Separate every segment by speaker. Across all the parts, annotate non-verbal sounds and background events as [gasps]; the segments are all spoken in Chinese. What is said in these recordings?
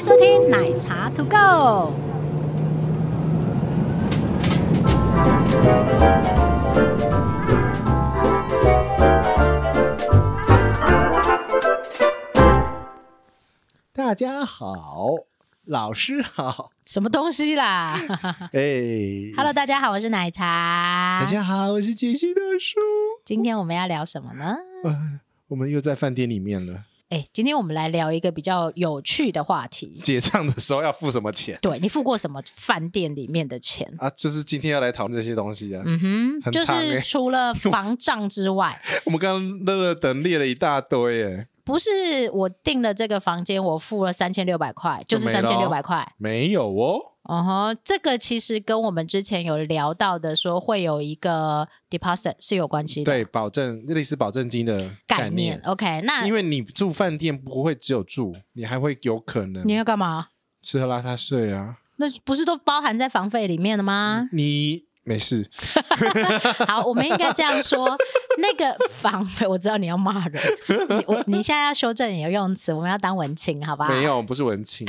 Speaker 1: 收听奶茶 To Go。
Speaker 2: 大家好，老师好，
Speaker 1: 什么东西啦
Speaker 2: 哎
Speaker 1: [laughs] ？Hello，大家好，我是奶茶。
Speaker 2: 大家好，我是杰西大叔。
Speaker 1: 今天我们要聊什么呢？
Speaker 2: 哎我们又在饭店里面了， [laughs]
Speaker 1: 哎，今天我们来聊一个比较有趣的话题。
Speaker 2: 结账的时候要付什么钱
Speaker 1: 对你付过什么饭店里面的钱？
Speaker 2: 啊？就是今天要来讨论这些东西啊。
Speaker 1: 嗯哼，
Speaker 2: 很
Speaker 1: 就
Speaker 2: 长欸
Speaker 1: 是除了房账之
Speaker 2: [laughs]
Speaker 1: 外，
Speaker 2: 我们刚刚乐乐等列了一大堆，哎，
Speaker 1: 不是我订了这个房间，我付了三千六百块，就是
Speaker 2: 就没
Speaker 1: 三
Speaker 2: 了
Speaker 1: 千六
Speaker 2: 哦
Speaker 1: 百块。
Speaker 2: 没有哦，
Speaker 1: 哦吼，这个其实跟我们之前有聊到的，说会有一个 deposit 是有关系的
Speaker 2: 对，保证类似保证金的
Speaker 1: 概
Speaker 2: 概念。啊
Speaker 1: OK，那
Speaker 2: 因为你住饭店不会只有住，你还会有可能
Speaker 1: 你要干嘛？
Speaker 2: 吃喝拉撒睡啊。
Speaker 1: 那不是都包含在房费里面了吗？
Speaker 2: 你没事，嗯
Speaker 1: 好，我们应该这样
Speaker 2: [laughs]
Speaker 1: 说，那个房费，我知道你要骂人，你我你现在要修正你的用词，我们要当文青，好吧？
Speaker 2: 没有，不是文 [laughs] 青。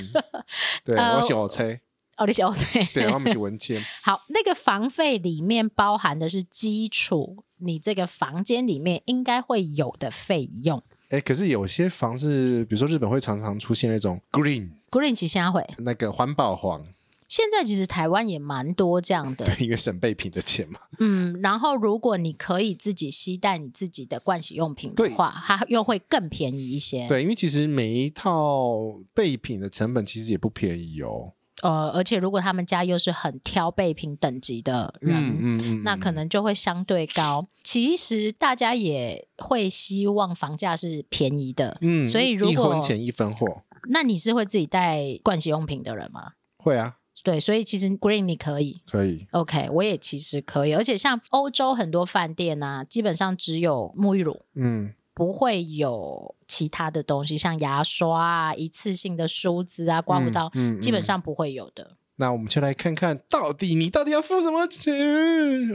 Speaker 2: 对，
Speaker 1: 呃
Speaker 2: 我小崔，
Speaker 1: 哦，你修正。
Speaker 2: 对，他们是文青。
Speaker 1: 好，那个房费里面包含的是基础，你这个房间里面应该会有的费用。
Speaker 2: 哎，可是有些房是，比如说日本会常常出现那种 green
Speaker 1: Green 旗下会，
Speaker 2: 那个环保黄，
Speaker 1: 现在其实台湾也蛮多这样的，
Speaker 2: 因为沈贝平的钱嘛。
Speaker 1: 嗯，然后如果你可以自己携带你自己的盥洗用品的
Speaker 2: 对
Speaker 1: 话，它又会更便宜一些。
Speaker 2: 对，因为其实每一套备品的成本其实也不便宜哦。
Speaker 1: 呃，而且如果他们家又是很挑备品等级的人，
Speaker 2: 嗯嗯
Speaker 1: 那可能就会相对高。其实大家也会希望房价是便宜的，
Speaker 2: 嗯，
Speaker 1: 所以如
Speaker 2: 一
Speaker 1: 果
Speaker 2: 分钱一分货，
Speaker 1: 那你是会自己带盥洗用品的人吗？
Speaker 2: 会啊，
Speaker 1: 对，所以其实 Green 你可以。
Speaker 2: 可以。
Speaker 1: OK，我也其实可以，而且像欧洲很多饭店啊，基本上只有沐浴乳，
Speaker 2: 嗯，
Speaker 1: 不会有其他的东西，像牙刷啊、一次性的梳子啊、刮胡刀，
Speaker 2: 嗯嗯
Speaker 1: 基本
Speaker 2: 嗯
Speaker 1: 上不会有的。
Speaker 2: 那我们就来看看到底你到底要付什么钱？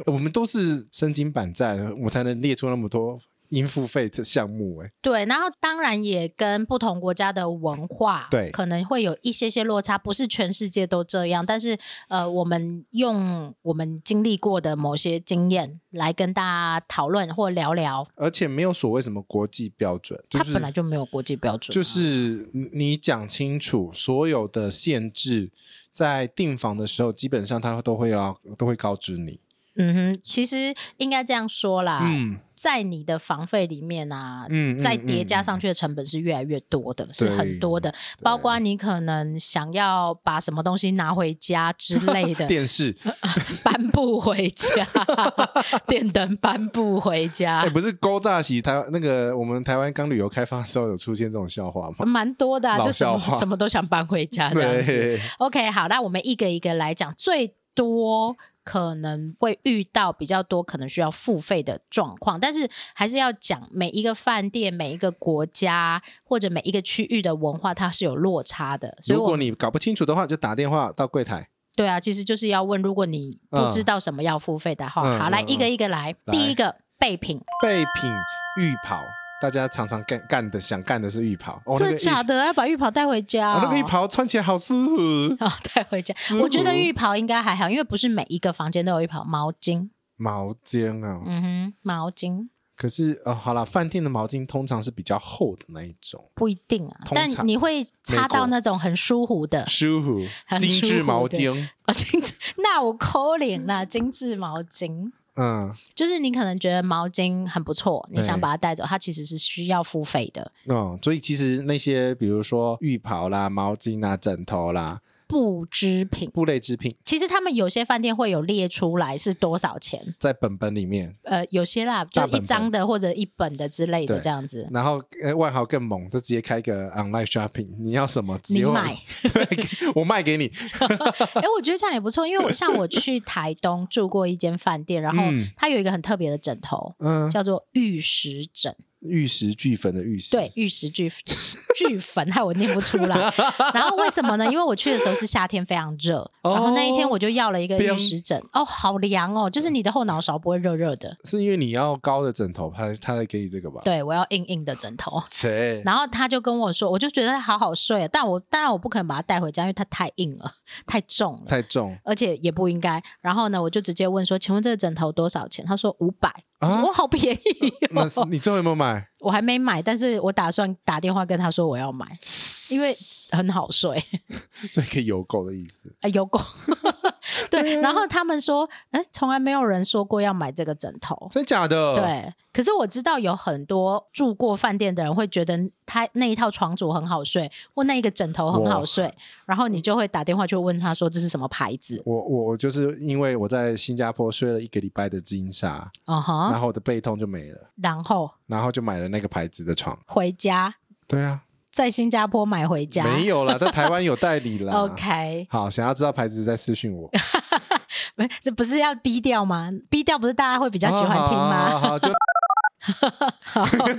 Speaker 2: 我们都是身经百战，我才能列出那么多应付费的项目、欸。哎，
Speaker 1: 对，然后当然也跟不同国家的文化，
Speaker 2: 对
Speaker 1: 可能会有一些些落差，不是全世界都这样，但是呃，我们用我们经历过的某些经验来跟大家讨论或聊聊，
Speaker 2: 而且没有所谓什么国际标准，就
Speaker 1: 它
Speaker 2: 是
Speaker 1: 本来就没有国际标准啊、
Speaker 2: 就是你讲清楚所有的限制，在订房的时候，基本上他都会要都会告知你。
Speaker 1: 嗯哼，其实应该这样说啦，
Speaker 2: 嗯
Speaker 1: 在你的房费里面啊，
Speaker 2: 嗯，嗯
Speaker 1: 再叠加上去的成本是越来越多的，是很多的，包括你可能想要把什么东西拿回家之类
Speaker 2: [laughs] 嗯
Speaker 1: 的，
Speaker 2: 电视，
Speaker 1: 啊搬不回家， [laughs] 电灯搬不回
Speaker 2: 哎、
Speaker 1: 家，
Speaker 2: 不是勾诈席台那个我们台湾刚旅游开放的时候有出现这种笑话吗？
Speaker 1: 蛮多的、啊，
Speaker 2: 哎老
Speaker 1: 就什么
Speaker 2: 笑话
Speaker 1: 什么都想搬回家啊这样子。
Speaker 2: 对，
Speaker 1: OK，好，那我们一个一个来讲，最多。可能会遇到比较多可能需要付费的状况，但是还是要讲每一个饭店、每一个国家或者每一个区域的文化，它是有落差的。所以
Speaker 2: 如
Speaker 1: 我
Speaker 2: 果你搞不清楚的话，就打电话到柜台。
Speaker 1: 对啊，其实就是要问，如果你不知道什么要付费的话，
Speaker 2: 嗯
Speaker 1: 好，来
Speaker 2: 嗯
Speaker 1: 一个一个来。
Speaker 2: 来哦
Speaker 1: 第一个备品，
Speaker 2: 备品浴袍，大家常常干干的想干的是浴袍，哦，
Speaker 1: 真的假
Speaker 2: 的？
Speaker 1: 的？要把浴袍带回家、
Speaker 2: 哦
Speaker 1: 哦，
Speaker 2: 那个浴袍穿起来好舒服，
Speaker 1: 哦带回家。
Speaker 2: 舒服
Speaker 1: 我觉得浴袍应该还好，因为不是每一个房间都有浴袍。毛巾，
Speaker 2: 毛巾啊，
Speaker 1: 嗯哼，毛巾
Speaker 2: 可是哦，好啦，饭店的毛巾通常是比较厚的那一种，
Speaker 1: 不一定啊，
Speaker 2: 通
Speaker 1: 但
Speaker 2: 常
Speaker 1: 你会擦到那种很舒服的
Speaker 2: 舒服
Speaker 1: 很
Speaker 2: 精
Speaker 1: 舒
Speaker 2: 致
Speaker 1: 服
Speaker 2: 毛
Speaker 1: 的
Speaker 2: 巾，
Speaker 1: 啊，精致。那我抠脸啦，精致毛巾，
Speaker 2: 嗯，
Speaker 1: 就是你可能觉得毛巾很不错，你
Speaker 2: 对
Speaker 1: 想把它带走，它其实是需要付费的
Speaker 2: 哦，所以其实那些比如说浴袍啦、毛巾啦、枕头啦、
Speaker 1: 布织品。
Speaker 2: 布类制品，
Speaker 1: 其实他们有些饭店会有列出来是多少钱，
Speaker 2: 在本本里面，
Speaker 1: 呃，有些啦，就
Speaker 2: 大本
Speaker 1: 一
Speaker 2: 本
Speaker 1: 张的或者一本的之类的
Speaker 2: 对
Speaker 1: 这样子。
Speaker 2: 然后呃万豪更猛，就直接开一个 online shopping，你要什么直
Speaker 1: 你
Speaker 2: 接
Speaker 1: 买，
Speaker 2: [laughs] 我卖给你，
Speaker 1: [laughs] 哎、我觉得这样也不错，因为我像我去台东住过一间饭店，然后
Speaker 2: 嗯
Speaker 1: 它有一个很特别的枕头，
Speaker 2: 嗯，
Speaker 1: 叫做玉石枕，
Speaker 2: 玉石俱焚的玉石，
Speaker 1: 对，玉石俱巨粉，害我念不出来。然后为什么呢？因为我去的时候是夏天，非常热，然后那一天我就要了一个
Speaker 2: 哦冰
Speaker 1: 玉石枕，哦，好凉哦，就是你的后脑勺不会热热的。
Speaker 2: 是因为你要高的枕头，他他才给你这个吧？
Speaker 1: 对我要硬硬的枕头。
Speaker 2: 切，
Speaker 1: 然后他就跟我说，我就觉得好好睡，啊但我当然我不可能把它带回家，因为它太硬了，太重了，
Speaker 2: 太重
Speaker 1: 而且也不应该。然后呢，我就直接问说：“请问这个枕头多少钱？”他说：“五百。”
Speaker 2: 啊！
Speaker 1: 我好便宜
Speaker 2: [laughs] 那是
Speaker 1: 哦！
Speaker 2: 你最后有没有买？ [laughs]
Speaker 1: 我还没买，但是我打算打电话跟他说我要买，因为很好睡，
Speaker 2: 这个有狗的意思，
Speaker 1: 啊，有狗。 [laughs] 对，然后他们说，哎，从来没有人说过要买这个枕头。
Speaker 2: 真假的？，
Speaker 1: 对，可是我知道有很多住过饭店的人会觉得他那一套床主很好睡，或那一个枕头很好睡，然后你就会打电话去问他说这是什么牌子。
Speaker 2: 我我我就是因为我在新加坡睡了一个礼拜的金沙，
Speaker 1: 嗯哼，
Speaker 2: 然后我的背痛就没了，
Speaker 1: 然后
Speaker 2: 然后就买了那个牌子的床。
Speaker 1: 回家，
Speaker 2: 对啊，
Speaker 1: 在新加坡买回家。
Speaker 2: 没有啦，在台湾有代理啦。
Speaker 1: OK，
Speaker 2: 好，想要知道牌子再私信我，比
Speaker 1: 不是，这不是要低调吗？低调不是大家会比较喜欢听吗？
Speaker 2: 好，好好就
Speaker 1: 好 [laughs] OK，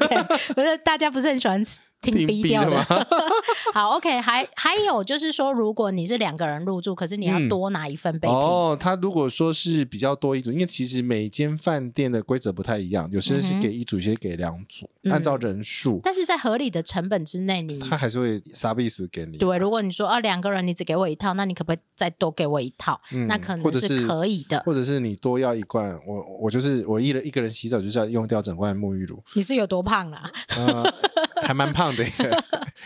Speaker 1: 不是大家不是很喜欢听
Speaker 2: 听
Speaker 1: 低
Speaker 2: B
Speaker 1: 调
Speaker 2: 的
Speaker 1: 的。
Speaker 2: 吗？
Speaker 1: [laughs] 好，OK，还还有就是说，如果你是两个人入住，可是你要
Speaker 2: 嗯
Speaker 1: 多拿一份备品，
Speaker 2: 哦，他如果说是比较多一组，因为其实每间饭店的规则不太一样，有些
Speaker 1: 嗯
Speaker 2: 是
Speaker 1: 哼
Speaker 2: 给一组，有些给两组，
Speaker 1: 嗯
Speaker 2: 按照人数，
Speaker 1: 但是在合理的成本之内
Speaker 2: [laughs]
Speaker 1: 你，
Speaker 2: 他还是会杀必死给你。
Speaker 1: 对，如果你说啊两个人你只给我一套，那你可不可以再多给我一套？
Speaker 2: 嗯
Speaker 1: 那可
Speaker 2: 或
Speaker 1: 能
Speaker 2: 者是
Speaker 1: 可以的。
Speaker 2: 或者是你多要一罐，我我就是我一人一个人洗澡就是要用掉整罐沐浴乳，
Speaker 1: 你是有多胖啦？ [laughs]
Speaker 2: 呃，还蛮胖的耶。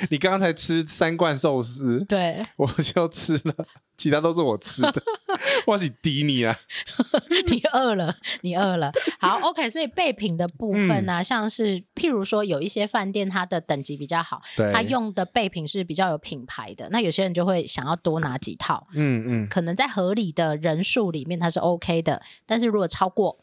Speaker 2: 你刚刚才吃三罐寿司，
Speaker 1: 对，
Speaker 2: [laughs] 我就吃了， [laughs] 其他都是我吃的， [laughs] 我是抵你啊！
Speaker 1: [laughs] 你饿了，你饿了。好，OK，所以备品的部
Speaker 2: 嗯
Speaker 1: 分呢、像是譬如说有一些饭店它的等级比较好，
Speaker 2: 对，
Speaker 1: 他用的备品是比较有品牌的，那有些人就会想要多拿几套，
Speaker 2: 嗯嗯，
Speaker 1: 可能在合理的人数里面它是 OK 的，但是如果超过，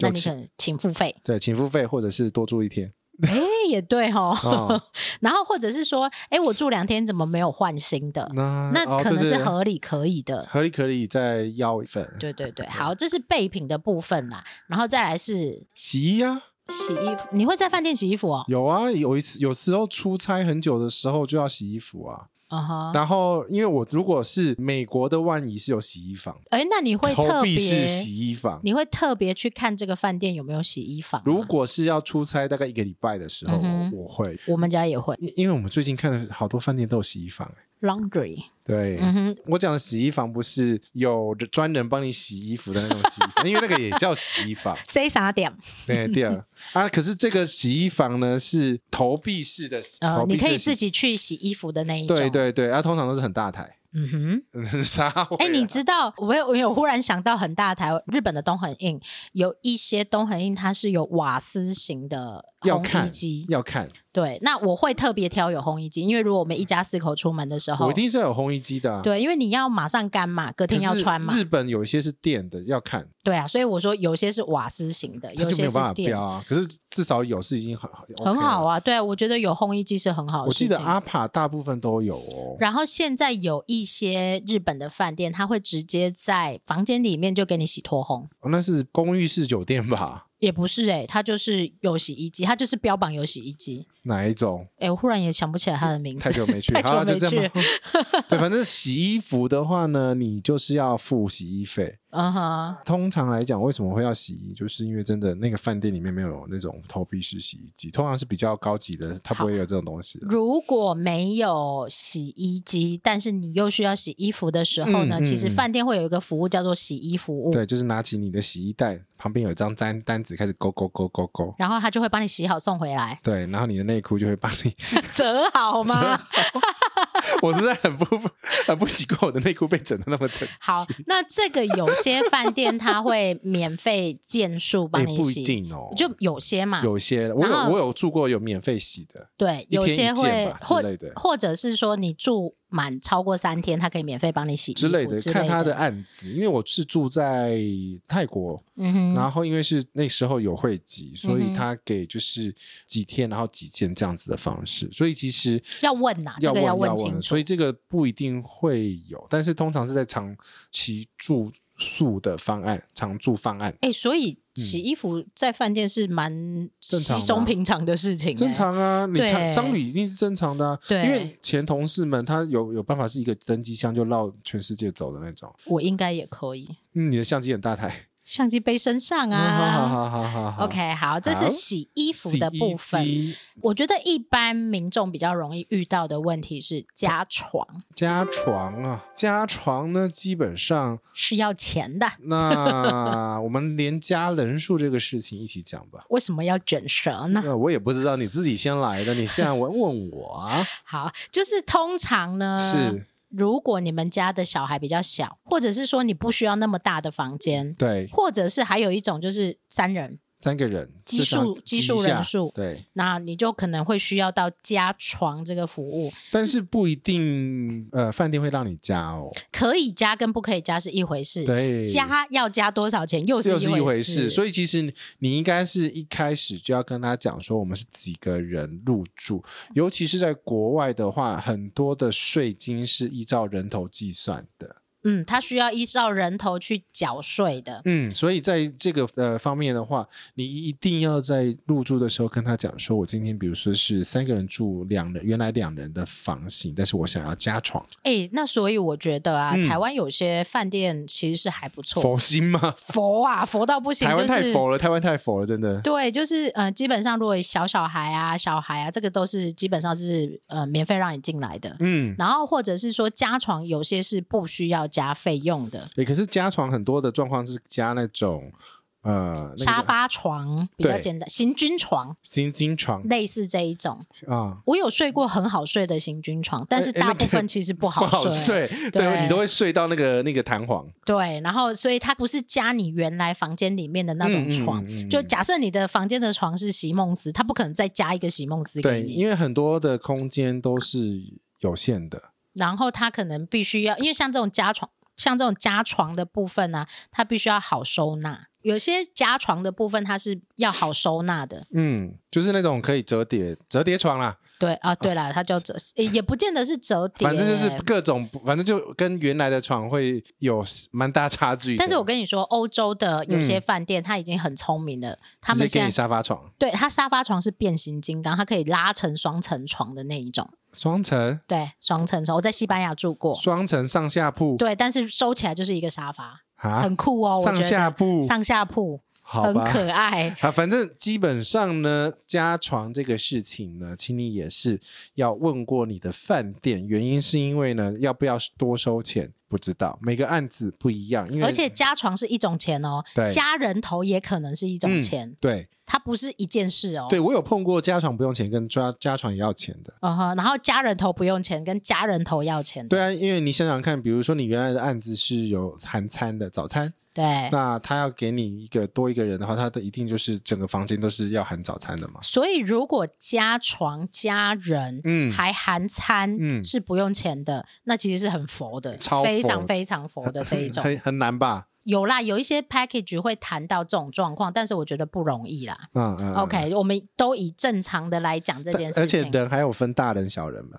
Speaker 1: 那
Speaker 2: 有
Speaker 1: 你
Speaker 2: 请
Speaker 1: 可能请付费
Speaker 2: [laughs] ，对，请付费或者是多住一天
Speaker 1: 哎、也对哦。
Speaker 2: 哦
Speaker 1: [laughs] 然后或者是说，哎、我住两天怎么没有换新的？
Speaker 2: 那
Speaker 1: 那
Speaker 2: 哦
Speaker 1: 可能
Speaker 2: 对
Speaker 1: 是
Speaker 2: 对对
Speaker 1: 合理可以的。
Speaker 2: 合理可以再要一份
Speaker 1: 对对对，好，这是备品的部分啦，然后再来是
Speaker 2: 洗衣啊，
Speaker 1: 洗衣服，你会在饭店洗衣服哦？
Speaker 2: 有啊，有一次有时候出差很久的时候就要洗衣服啊。
Speaker 1: 嗯哼，
Speaker 2: 然后因为我如果是美国的万怡是有洗衣房，
Speaker 1: 哎，那你会
Speaker 2: 投
Speaker 1: 特
Speaker 2: 币式
Speaker 1: 别，
Speaker 2: 洗衣房。
Speaker 1: 你会特别去看这个饭店有没有洗衣房吗？
Speaker 2: 如果是要出差大概一个礼拜的时候，
Speaker 1: 嗯哼
Speaker 2: 我我会，
Speaker 1: 我们家也会
Speaker 2: 因因为我们最近看了好多饭店都有洗衣房、欸
Speaker 1: laundry，
Speaker 2: 对，
Speaker 1: 嗯哼，
Speaker 2: 我讲的洗衣房不是有专人帮你洗衣服的那种洗衣房，因为那个也叫洗衣
Speaker 1: [laughs]
Speaker 2: 房。
Speaker 1: 谁啥点？
Speaker 2: 对，第二啊，可是这个洗衣房呢是投币式的，
Speaker 1: 呃
Speaker 2: 投，币
Speaker 1: 你
Speaker 2: 式的
Speaker 1: 可以自
Speaker 2: 洗
Speaker 1: 己去洗衣服的那一
Speaker 2: 衣
Speaker 1: 种。
Speaker 2: 对，对对，啊，通常都是很大台， [laughs]
Speaker 1: 嗯哼。
Speaker 2: 啥味啊？
Speaker 1: 哎、你知道，我有我有忽然想到很大台，日本的东很硬，有一些东很硬，它是有瓦斯型的
Speaker 2: 要
Speaker 1: 烘衣
Speaker 2: 看
Speaker 1: 机。
Speaker 2: 要看，
Speaker 1: 对，那我会特别挑有烘衣机，因为如果我们一家四口出门的时
Speaker 2: 我
Speaker 1: 候
Speaker 2: 一，定是要有烘衣机的、啊，，
Speaker 1: 哦对，因为你要马上干嘛，隔天要穿嘛，
Speaker 2: 日本有一些是电的，要看，
Speaker 1: 对啊，所以我说有些是瓦斯型的，
Speaker 2: 它就没
Speaker 1: 些
Speaker 2: 有
Speaker 1: 是
Speaker 2: 办法
Speaker 1: 电
Speaker 2: 标，啊。可是至少有是已经很
Speaker 1: 很好
Speaker 2: 啊。
Speaker 1: 啊。对啊，我觉得有烘衣机是很好的
Speaker 2: 我
Speaker 1: 事
Speaker 2: 记
Speaker 1: 情。
Speaker 2: 得阿帕大部分都有哦，
Speaker 1: 然后现在有一些日本的饭店，它会直接在房间里面就给你洗脱烘，
Speaker 2: 哦那是公寓式酒店吧？
Speaker 1: 也不是诶、它就是有洗衣机，它就是标榜有洗衣机。
Speaker 2: 哪一种？
Speaker 1: 诶，我忽然也想不起来它的名字，
Speaker 2: 太久没去，
Speaker 1: [laughs] 太久
Speaker 2: 好，就
Speaker 1: 没
Speaker 2: 这
Speaker 1: 去
Speaker 2: 样吧。 [laughs] 对，反正洗衣服的话呢，你就是要付洗衣费。
Speaker 1: 嗯哼，
Speaker 2: 通常来讲，为什么会要洗衣？就是因为真的那个饭店里面没有那种投币式洗衣机，通常是比较高级的，它不会有这种东西的。
Speaker 1: 如果没有洗衣机，但是你又需要洗衣服的时候呢，
Speaker 2: 嗯嗯
Speaker 1: 其实
Speaker 2: 嗯
Speaker 1: 饭店会有一个服务叫做洗衣服务，
Speaker 2: 对，就是拿起你的洗衣袋，旁边有一张单单子，开始勾勾勾勾勾。，
Speaker 1: 然后他就会帮你洗好送回来 [laughs]
Speaker 2: 对，然后你的内裤就会帮你。
Speaker 1: 折好吗？
Speaker 2: [laughs] 我实在很不很不习惯我的内裤被整的那么整齐。
Speaker 1: 好，那这个有些饭店它会免费件
Speaker 2: [laughs]
Speaker 1: 数帮
Speaker 2: 哎，
Speaker 1: 你
Speaker 2: 不一
Speaker 1: 洗，
Speaker 2: 定哦，
Speaker 1: 就有些嘛，
Speaker 2: 有些我有
Speaker 1: 然后
Speaker 2: 我有住过有免费洗的，
Speaker 1: 对，
Speaker 2: 一
Speaker 1: 有
Speaker 2: 天
Speaker 1: 些
Speaker 2: 一件
Speaker 1: 会
Speaker 2: 吧之
Speaker 1: 或
Speaker 2: 类的
Speaker 1: 或者是说你住满超过三天，他可以免费帮你洗衣服
Speaker 2: 之类的，
Speaker 1: 之
Speaker 2: 看
Speaker 1: 类
Speaker 2: 他的案子，因为我是住在泰国，
Speaker 1: 嗯哼，
Speaker 2: 然后因为是那时候有会籍，所
Speaker 1: 嗯
Speaker 2: 以
Speaker 1: 哼
Speaker 2: 他给就是几天，然后几件这样子的方式，所以其实
Speaker 1: 要问呐、啊这
Speaker 2: 要
Speaker 1: 个
Speaker 2: 问要
Speaker 1: 问清楚
Speaker 2: 所以。这个不一定会有，但是通常是在长期住宿的方案、常住方案。
Speaker 1: 哎，所以洗衣服在饭店是蛮
Speaker 2: 嗯正常
Speaker 1: 稀
Speaker 2: 的啊
Speaker 1: 松平常的事情、欸，
Speaker 2: 正常啊，你
Speaker 1: 对
Speaker 2: 参商旅一定是正常的、啊，
Speaker 1: 对
Speaker 2: 因为前同事们他有有办法是一个登机箱就绕全世界走的那种。
Speaker 1: 我应该也可以，
Speaker 2: 嗯，你的相机很大台，
Speaker 1: 相机背身上
Speaker 2: 嗯 [laughs] 好
Speaker 1: 啊。
Speaker 2: 好好好好
Speaker 1: OK，好，这是
Speaker 2: 好
Speaker 1: 洗衣服的部
Speaker 2: 洗
Speaker 1: 分。
Speaker 2: 衣机
Speaker 1: 我觉得一般民众比较容易遇到的问题是加床
Speaker 2: 加床啊，加床呢，基本上
Speaker 1: 是要钱的， [laughs]
Speaker 2: 那我们连加人数这个事情一起讲吧。
Speaker 1: 为什么要卷舌呢？ [laughs]
Speaker 2: 那我也不知道你自己先来的，你现在问问
Speaker 1: [laughs]
Speaker 2: 我啊？
Speaker 1: 好，就是通常呢
Speaker 2: 是
Speaker 1: 如果你们家的小孩比较小，或者是说你不需要那么大的房间，
Speaker 2: 对，
Speaker 1: 或者是还有一种就是三人，
Speaker 2: 三个人，
Speaker 1: 基
Speaker 2: 至少
Speaker 1: 数基
Speaker 2: 挤
Speaker 1: 数
Speaker 2: 一下
Speaker 1: 人数
Speaker 2: 对，
Speaker 1: 那你就可能会需要到加床这个服务，
Speaker 2: 但是不一定，呃，饭店会让你加哦。
Speaker 1: 可以加跟不可以加是一回事，
Speaker 2: 对，
Speaker 1: 加要加多少钱又是
Speaker 2: 又是一
Speaker 1: 回
Speaker 2: 回事。所以其实你你应该是一开始就要跟他讲说，我们是几个人入住，尤其是在国外的话，很多的税金是依照人头计算的。
Speaker 1: 嗯，他需要依照人头去缴税的。
Speaker 2: 嗯，所以在这个呃方面的话，你一定要在入住的时候跟他讲说，我今天比如说是三个人住两人，原来两人的房型，但是我想要加床，
Speaker 1: 哎，那所以我觉得啊，
Speaker 2: 嗯
Speaker 1: 台湾有些饭店其实是还不错，
Speaker 2: 佛心吗？
Speaker 1: 佛啊，佛到不行，
Speaker 2: 台湾
Speaker 1: 就
Speaker 2: 太
Speaker 1: 是
Speaker 2: 佛了，台湾太佛了，真的。
Speaker 1: 对，就是呃，基本上如果小小孩啊、小孩啊，这个都是基本上是呃免费让你进来的。
Speaker 2: 嗯，
Speaker 1: 然后或者是说加床，有些是不需要加费用的，
Speaker 2: 诶，可是加床很多的状况是加那种呃那个
Speaker 1: 沙
Speaker 2: 叫
Speaker 1: 发床比较
Speaker 2: 对嗯
Speaker 1: 简单，行军床
Speaker 2: 行军床
Speaker 1: 类似这一种。
Speaker 2: 啊，
Speaker 1: 我有睡过很好睡的行军床，但是
Speaker 2: 哎哎那
Speaker 1: 大部
Speaker 2: 个
Speaker 1: 分其实不
Speaker 2: 不
Speaker 1: 好
Speaker 2: 好
Speaker 1: 睡。
Speaker 2: 睡，
Speaker 1: 对
Speaker 2: 对你都会睡到那个那个弹簧。
Speaker 1: 对，然后所以它不是加你原来房间里面的那种
Speaker 2: 嗯嗯
Speaker 1: 床，
Speaker 2: 嗯嗯
Speaker 1: 就假设你的房间的床是席梦思，它不可能再加一个席梦思给
Speaker 2: 对，
Speaker 1: 你。
Speaker 2: 因为很多的空间都是有限的。
Speaker 1: 然后它可能必须要，因为像这种加床，像这种加床的部分呢、它必须要好收纳。有些加床的部分它是要好收纳的，
Speaker 2: 嗯，就是那种可以折叠折叠床啦，
Speaker 1: 对啊，对了，它叫折，诶也不见得是折叠，
Speaker 2: 哦反正就是各种，反正就跟原来的床会有蛮大差距的。
Speaker 1: 但是我跟你说，欧洲的有些饭店，它已经很聪明了，他们
Speaker 2: 直接给
Speaker 1: 现
Speaker 2: 你
Speaker 1: 在
Speaker 2: 沙发床
Speaker 1: 对它沙发床是变形金刚，它可以拉成双层床的那一种。
Speaker 2: 双层
Speaker 1: 对，双层床，我在西班牙住过，
Speaker 2: 双层上下铺
Speaker 1: 对，但是收起来就是一个沙发，
Speaker 2: 啊，
Speaker 1: 很酷哦，我觉
Speaker 2: 上
Speaker 1: 得
Speaker 2: 下铺
Speaker 1: 上下铺
Speaker 2: 好
Speaker 1: 很
Speaker 2: 吧？
Speaker 1: 可爱。
Speaker 2: 啊，反正基本上呢，加床这个事情呢，请你也是要问过你的饭店，原因是因为呢，要不要多收钱不知道，每个案子不一样，因为
Speaker 1: 而且加床是一种钱哦
Speaker 2: 对，
Speaker 1: 加人头也可能是一种钱，
Speaker 2: 对
Speaker 1: 它不是一件事哦。
Speaker 2: 对，我有碰过加床不用钱跟抓加床也要钱的。
Speaker 1: 嗯哼，然后加人头不用钱，跟加人头要钱。
Speaker 2: 对啊，因为你想想看，比如说你原来的案子是有含餐的早餐，
Speaker 1: 对，
Speaker 2: 那他要给你一个多一个人的话，他的一定就是整个房间都是要含早餐的嘛。
Speaker 1: 所以如果加床加人，
Speaker 2: 嗯
Speaker 1: 还含餐，
Speaker 2: 嗯
Speaker 1: 是不用钱的，那其实是很佛的，
Speaker 2: 超佛
Speaker 1: 非常非常佛
Speaker 2: [laughs]
Speaker 1: 的这一种。
Speaker 2: 很很难吧？
Speaker 1: 有啦，有一些 package 会谈到这种状况，但是我觉得不容易啦。
Speaker 2: 嗯嗯嗯
Speaker 1: OK，我们都以正常的来讲这件
Speaker 2: 而
Speaker 1: 事
Speaker 2: 且
Speaker 1: 情。
Speaker 2: 人还有分大人小人嘛。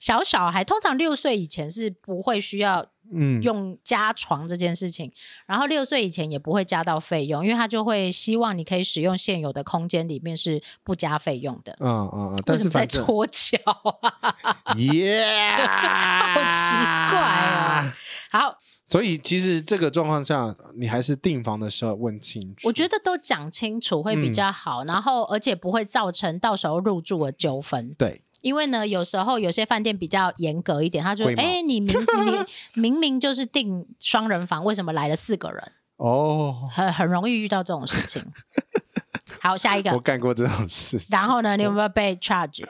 Speaker 1: 小小孩通常六岁以前是不会需要
Speaker 2: 嗯，
Speaker 1: 用加床这件事情，然后六岁以前也不会加到费用，因为他就会希望你可以使用现有的空间里面是不加费用的。
Speaker 2: 嗯嗯嗯，
Speaker 1: 为
Speaker 2: 但
Speaker 1: 什
Speaker 2: 是
Speaker 1: 么在
Speaker 2: 反 [laughs] 正
Speaker 1: 搓脚啊？
Speaker 2: 耶，
Speaker 1: [laughs] 好奇怪啊！好，
Speaker 2: 所以其实这个状况下，你还是订房的时候问清楚。
Speaker 1: 我觉得都讲清楚会
Speaker 2: 嗯
Speaker 1: 比较好，然后而且不会造成到时候入住的纠纷。
Speaker 2: 对，
Speaker 1: 因为呢，有时候有些饭店比较严格一点，他就
Speaker 2: 龟毛
Speaker 1: 哎，你明你明明就是订双人房，为什么来了四个人？
Speaker 2: 哦，
Speaker 1: 很很容易遇到这种事情。 [laughs] 好，下一
Speaker 2: 我
Speaker 1: 个。
Speaker 2: 干过这种事情，
Speaker 1: 然后呢，你有没有被 charge？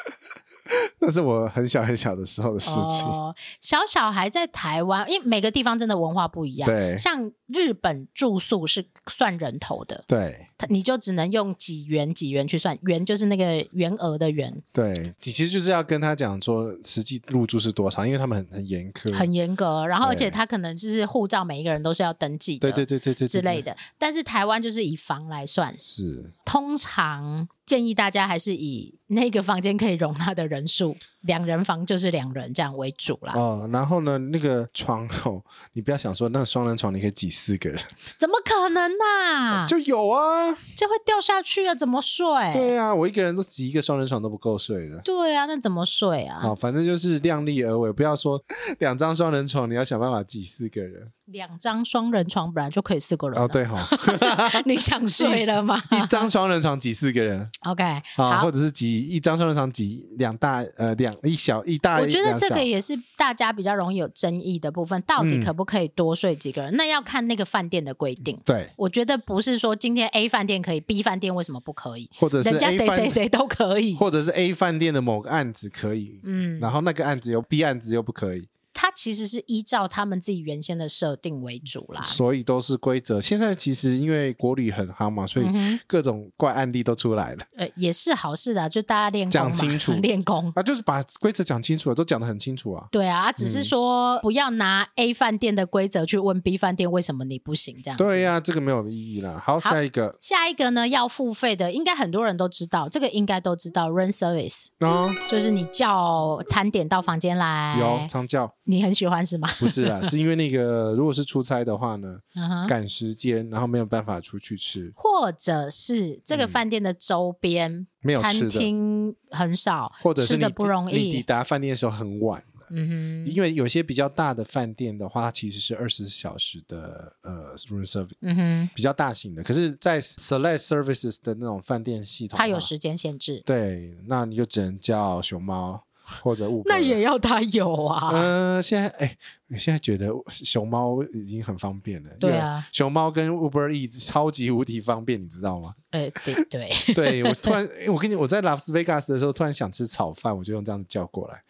Speaker 2: 那是我很小很小的时候的事情。
Speaker 1: 哦，小小孩在台湾，因为每个地方真的文化不一样。
Speaker 2: 对
Speaker 1: 像日本住宿是算人头的，
Speaker 2: 对
Speaker 1: 它你就只能用几元几元去算，元就是那个员额的元，
Speaker 2: 对，你其实就是要跟他讲说实际入住是多少，因为他们很很严苛。
Speaker 1: 很严格。然后
Speaker 2: 对
Speaker 1: 而且它可能就是护照每一个人都是要登记的，
Speaker 2: 对对对对对对
Speaker 1: 之类的。但是台湾就是以房来算，
Speaker 2: 是
Speaker 1: 通常建议大家还是以那个房间可以容纳的人数， [laughs] 两人房就是两人这样为主啦。
Speaker 2: 哦，然后呢，那个床哦，你不要想说那个双人床你可以挤四个人，
Speaker 1: 怎么可能呐、
Speaker 2: 就有啊。
Speaker 1: 这会掉下去啊，怎么睡？
Speaker 2: 对啊，我一个人都挤一个双人床都不够睡的。
Speaker 1: 对啊，那怎么睡啊？
Speaker 2: 好，反正就是量力而为，不
Speaker 1: [laughs]
Speaker 2: 要说两张双人床，你要想办法挤四个人。
Speaker 1: 两张双人床本来就可以四个人、啊
Speaker 2: 哦，，对哈，
Speaker 1: [laughs] 你想睡了
Speaker 2: [laughs]
Speaker 1: 吗
Speaker 2: 一张双人床挤四个人
Speaker 1: ？OK，
Speaker 2: 啊，
Speaker 1: 好
Speaker 2: 或。者是挤一张双人床挤两大呃两一小一大，
Speaker 1: 我觉得
Speaker 2: 两
Speaker 1: 这
Speaker 2: 小
Speaker 1: 个也是大家比较容易有争议的部分，到底
Speaker 2: 嗯
Speaker 1: 可不可以多睡几个人？那要看那个饭店的规定。
Speaker 2: 对，
Speaker 1: 我觉得不是说今天 A 饭店可以，B 饭店为什么不可以？
Speaker 2: 或者是
Speaker 1: 人家
Speaker 2: A
Speaker 1: 谁
Speaker 2: 饭
Speaker 1: 谁谁都可以。
Speaker 2: 或者是 A 饭店的某个案子可以，
Speaker 1: 嗯，
Speaker 2: 然后那个案子又 B 案子又不可以，
Speaker 1: 它其实是依照他们自己原先的设定为主啦。
Speaker 2: 所以都是规则。现在其实因为国旅很夯嘛，所以
Speaker 1: 嗯哼，
Speaker 2: 各种怪案例都出来了。
Speaker 1: 呃，也是好事的啊，就大家练功
Speaker 2: 讲
Speaker 1: 嘛
Speaker 2: 清楚
Speaker 1: [laughs] 练功。
Speaker 2: 啊，就是把规则讲清楚了，都讲得很清楚啊。
Speaker 1: 对啊，只是说不要拿 A 饭店的规则去问 B 饭店为什么你不行这样子。
Speaker 2: 对呀、这个没有意义啦。好，下一个
Speaker 1: 下一个呢，要付费的，应该很多人都知道，这个应该都知道，room service
Speaker 2: 哦，
Speaker 1: 就是你叫餐点到房间来，
Speaker 2: 有长
Speaker 1: [laughs]
Speaker 2: 教
Speaker 1: 你很喜欢是吗？
Speaker 2: 不是啦，是因为那
Speaker 1: [laughs]
Speaker 2: 个如果是出差的话呢，
Speaker 1: 嗯哼。
Speaker 2: 赶时间，然后没有办法出去吃，
Speaker 1: 或者是这个饭店的周边、
Speaker 2: 嗯没有吃
Speaker 1: 餐
Speaker 2: 的
Speaker 1: 厅很少，
Speaker 2: 或者是
Speaker 1: 吃
Speaker 2: 你
Speaker 1: 的不容
Speaker 2: 你抵
Speaker 1: 易。
Speaker 2: 达饭店的时候很晚，
Speaker 1: 嗯哼，
Speaker 2: 因为有些比较大的饭店的话，它其实是二十小时的呃 room service，
Speaker 1: 嗯哼，
Speaker 2: 比较大型的。可是，在 select services 的那种饭店系统的话，
Speaker 1: 它有时间限制，
Speaker 2: 对，那你就只能叫熊猫或
Speaker 1: [laughs]
Speaker 2: 者 Uber。
Speaker 1: 要它有啊。
Speaker 2: 呃，现在哎，我现在觉得熊猫已经很方便了。
Speaker 1: 对啊，
Speaker 2: 熊猫跟 Uber E 超级无敌方便，你知
Speaker 1: [laughs]
Speaker 2: 道吗？
Speaker 1: [laughs] 呃，对对，
Speaker 2: 对我突然，哎我跟你我在 Las Vegas 的时候，突然想吃炒饭，我就用这样子叫过
Speaker 1: [laughs]
Speaker 2: 来。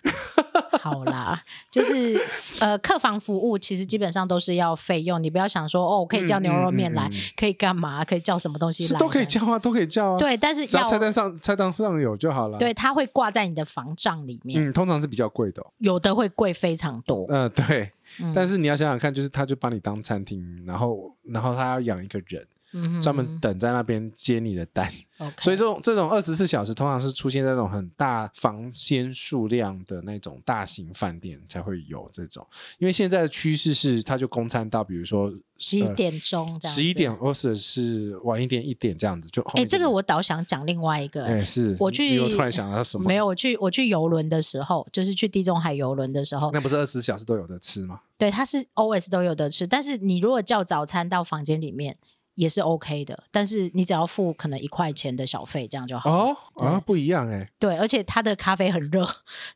Speaker 1: 好啦，就是呃，客房服务其实基本上都是要费用，你不要想说哦，我可以叫牛肉面来，
Speaker 2: 嗯嗯嗯
Speaker 1: 可以干嘛，可以叫什么东西
Speaker 2: 是
Speaker 1: 来，
Speaker 2: 都可以。叫啊， [laughs] 都可以叫啊。，
Speaker 1: 对，但是
Speaker 2: 只要
Speaker 1: 要
Speaker 2: 菜单上菜单上有就好了。，
Speaker 1: 对，它会挂在你的房账里面，
Speaker 2: 嗯，通常是比较贵的哦。
Speaker 1: 有的会贵非常多。
Speaker 2: 嗯、对。
Speaker 1: 嗯
Speaker 2: 但是你要想想看，就是他就把你当餐厅，然后然后他要养一个人，
Speaker 1: 嗯哼，
Speaker 2: 专门等在那边接你的单。
Speaker 1: OK，
Speaker 2: 所以这种这种二十四小时，通常是出现在那种很大房间数量的那种大型饭店才会有这种，因为现在的趋势是，它就公餐到，比如说
Speaker 1: 十一点钟这样子，
Speaker 2: 嗯十一点或者是晚一点一点这样子，就后
Speaker 1: 哎、
Speaker 2: 面
Speaker 1: 这个
Speaker 2: 就
Speaker 1: 我倒想讲另外一个、
Speaker 2: 哎、是
Speaker 1: 我去
Speaker 2: 我突然想到什么？
Speaker 1: 没，有我去我去游轮的时候，就是去地中海游轮的时候，
Speaker 2: 那不是二十小时都有的吃吗？
Speaker 1: 对，它是 always 都有得吃，但是你如果叫早餐到房间里面也是 OK 的，但是你只要付可能一块钱的小费，这样就好。
Speaker 2: 哦啊，
Speaker 1: 对
Speaker 2: 不一样哎、
Speaker 1: 对，而且它的咖啡很热，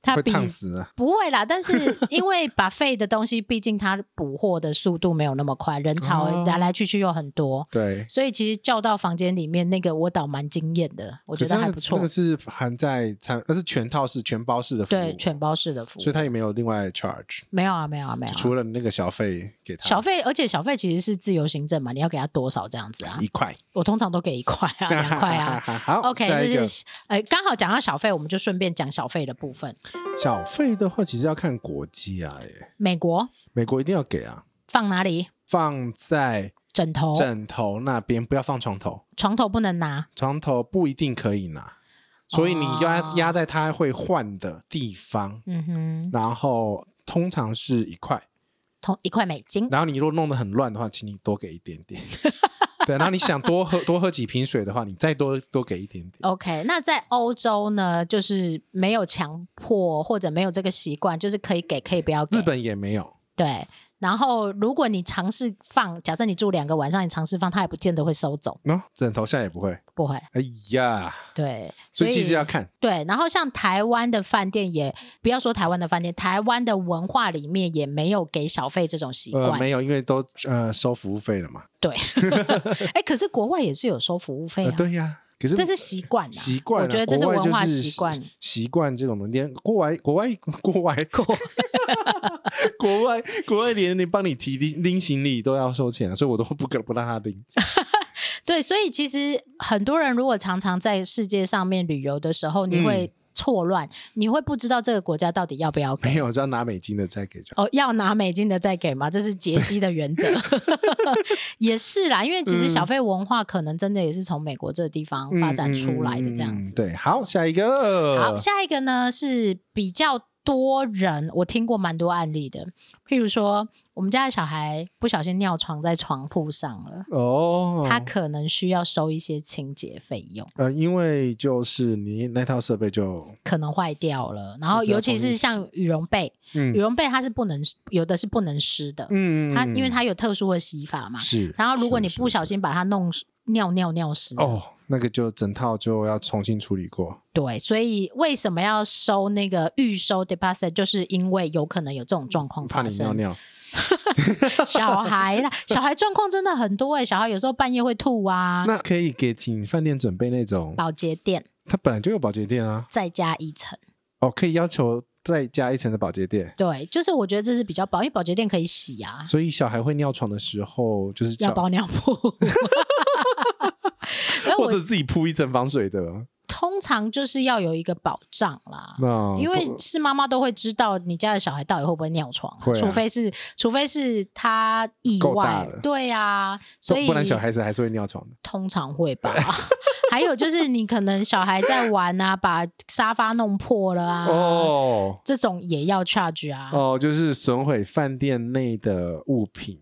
Speaker 1: 它
Speaker 2: 会
Speaker 1: 比
Speaker 2: 烫死啊。
Speaker 1: 不会啦，但是因为把费的东西，毕竟它补货的速度没有那么快，人
Speaker 2: 哦
Speaker 1: 潮来来去去又很多。
Speaker 2: 对，
Speaker 1: 所以其实叫到房间里面那个，我倒蛮惊艳的，我
Speaker 2: 我
Speaker 1: 觉得还不错。
Speaker 2: 那个是含在餐，那是全套式、全包式的服务，
Speaker 1: 对，全包式的服务
Speaker 2: 所以，它也没有另外 charge，
Speaker 1: 没有啊，没有啊，没有
Speaker 2: 就
Speaker 1: 啊、
Speaker 2: 除了那个小费给他
Speaker 1: 小费，而且小费其实是自由行政嘛，你要给他多少这样子啊？
Speaker 2: 一块，
Speaker 1: 我通常都给一块
Speaker 2: [laughs]
Speaker 1: 啊，两块啊。
Speaker 2: 好
Speaker 1: OK，
Speaker 2: 下一
Speaker 1: 这
Speaker 2: 个
Speaker 1: 是呃，刚好讲到小费，我们就顺便讲小费的部分。
Speaker 2: 小费的话，其实要看国际啊，耶，
Speaker 1: 美国
Speaker 2: 美国一定要给啊，
Speaker 1: 放哪里？
Speaker 2: 放在
Speaker 1: 枕头、
Speaker 2: 枕头那边，不要放床头，
Speaker 1: 床头不能拿，
Speaker 2: 床头不一定可以拿，所以你压
Speaker 1: 哦
Speaker 2: 压在它会换的地方，
Speaker 1: 嗯哼，
Speaker 2: 然后通常是一块，
Speaker 1: 同一块美金。
Speaker 2: 然后你如果弄得很乱的话，请你多给一点
Speaker 1: [laughs]
Speaker 2: 点。对，然后你想多喝多喝几瓶水的话，你再多多给一点点。
Speaker 1: OK，那在欧洲呢，就是没有强迫或者没有这个习惯，就是可以给，可以不要给。
Speaker 2: 日本也没有，
Speaker 1: 对，然后如果你尝试放，假设你住两个晚上，你尝试放，他也不见得会收走，
Speaker 2: 喏、枕头下也不会。
Speaker 1: 不会。
Speaker 2: 哎呀，
Speaker 1: 对，
Speaker 2: 所以其实要看，
Speaker 1: 对，然后像台湾的饭店也，不要说台湾的饭店，台湾的文化里面也没有给小费这种习
Speaker 2: 呃，
Speaker 1: 惯。
Speaker 2: 没有，因为都呃收服务费了嘛。
Speaker 1: 对，哎、可是国外也是有收服务费
Speaker 2: 呃
Speaker 1: 啊，
Speaker 2: 对呀、可是
Speaker 1: 这是习惯、啊，
Speaker 2: 习惯啊，
Speaker 1: 我觉得这是
Speaker 2: 国外
Speaker 1: 文化
Speaker 2: 就是
Speaker 1: 习惯。
Speaker 2: 习惯这种的，连国外国外国外
Speaker 1: 国
Speaker 2: 国外国外连你帮你提拎拎行李都要收钱啊、所以我都不给不让他拎。嗯
Speaker 1: 对，所以其实很多人如果常常在世界上面旅游的时候，你会错乱，你会不知道这个国家到底要不要
Speaker 2: 没
Speaker 1: 给。
Speaker 2: 有，只要拿美金的再给就好。
Speaker 1: 哦，要拿美金的再给吗？这是杰西的原
Speaker 2: [laughs]
Speaker 1: 则， [laughs] 也是啦。因为其实
Speaker 2: 嗯
Speaker 1: 小费文化可能真的也是从美国这个地方发展出来的这样子
Speaker 2: 嗯嗯嗯嗯。呃对，好，下一个。
Speaker 1: 好，下一个呢是比较多人，我听过蛮多案例的，譬如说我们家的小孩不小心尿床在床铺上了，
Speaker 2: 哦，
Speaker 1: 他可能需要收一些清洁费用，
Speaker 2: 呃，因为就是你那套设备就
Speaker 1: 可能坏掉了，然后
Speaker 2: 我知道
Speaker 1: 尤其
Speaker 2: 同意
Speaker 1: 是像羽绒被，
Speaker 2: 嗯
Speaker 1: 羽绒被它是不能有的是不能湿的，
Speaker 2: 嗯，
Speaker 1: 它因为它有特殊的洗法嘛，
Speaker 2: 是，
Speaker 1: 然后如果
Speaker 2: 是
Speaker 1: 你不小。
Speaker 2: 是是
Speaker 1: 心把它弄尿尿尿湿，
Speaker 2: 哦，那个就整套就要重新处理过。
Speaker 1: 对，所以为什么要收那个预收 deposit，就是因为有可能有这种状况
Speaker 2: 怕
Speaker 1: 发
Speaker 2: 你尿
Speaker 1: 生。
Speaker 2: 尿，
Speaker 1: [laughs] 小孩啦，小孩状况真的很多哎、小孩有时候半夜会吐啊，
Speaker 2: 那可以给请饭店准备那种，
Speaker 1: 保洁垫
Speaker 2: 它本来就有保洁垫啊。
Speaker 1: 再加一层。
Speaker 2: 哦，可以要求再加一层的保洁垫。
Speaker 1: 对，就是我觉得这是比较保，因为保洁垫可以洗啊，
Speaker 2: 所以小孩会尿床的时候，就是
Speaker 1: 要
Speaker 2: 找
Speaker 1: 包尿
Speaker 2: [laughs]
Speaker 1: 布。 [laughs] 而
Speaker 2: 或
Speaker 1: 哎我啊
Speaker 2: 者自己铺一层防水的。
Speaker 1: 通常就是要有一个保障啦。
Speaker 2: 那
Speaker 1: 因为
Speaker 2: 不
Speaker 1: 是妈妈都会知道你家的小孩到底会不会尿床、
Speaker 2: 会啊
Speaker 1: 除非是除非是他意
Speaker 2: 够大
Speaker 1: 外
Speaker 2: 了，
Speaker 1: 对啊，所以
Speaker 2: 不然小孩子还是会尿床的。
Speaker 1: 通常会吧。 [laughs] 还有就是你可能小孩在玩啊，把沙发弄破了啊，
Speaker 2: 哦
Speaker 1: 这种也要 charge 啊。
Speaker 2: 哦，就是损毁饭店内的物品。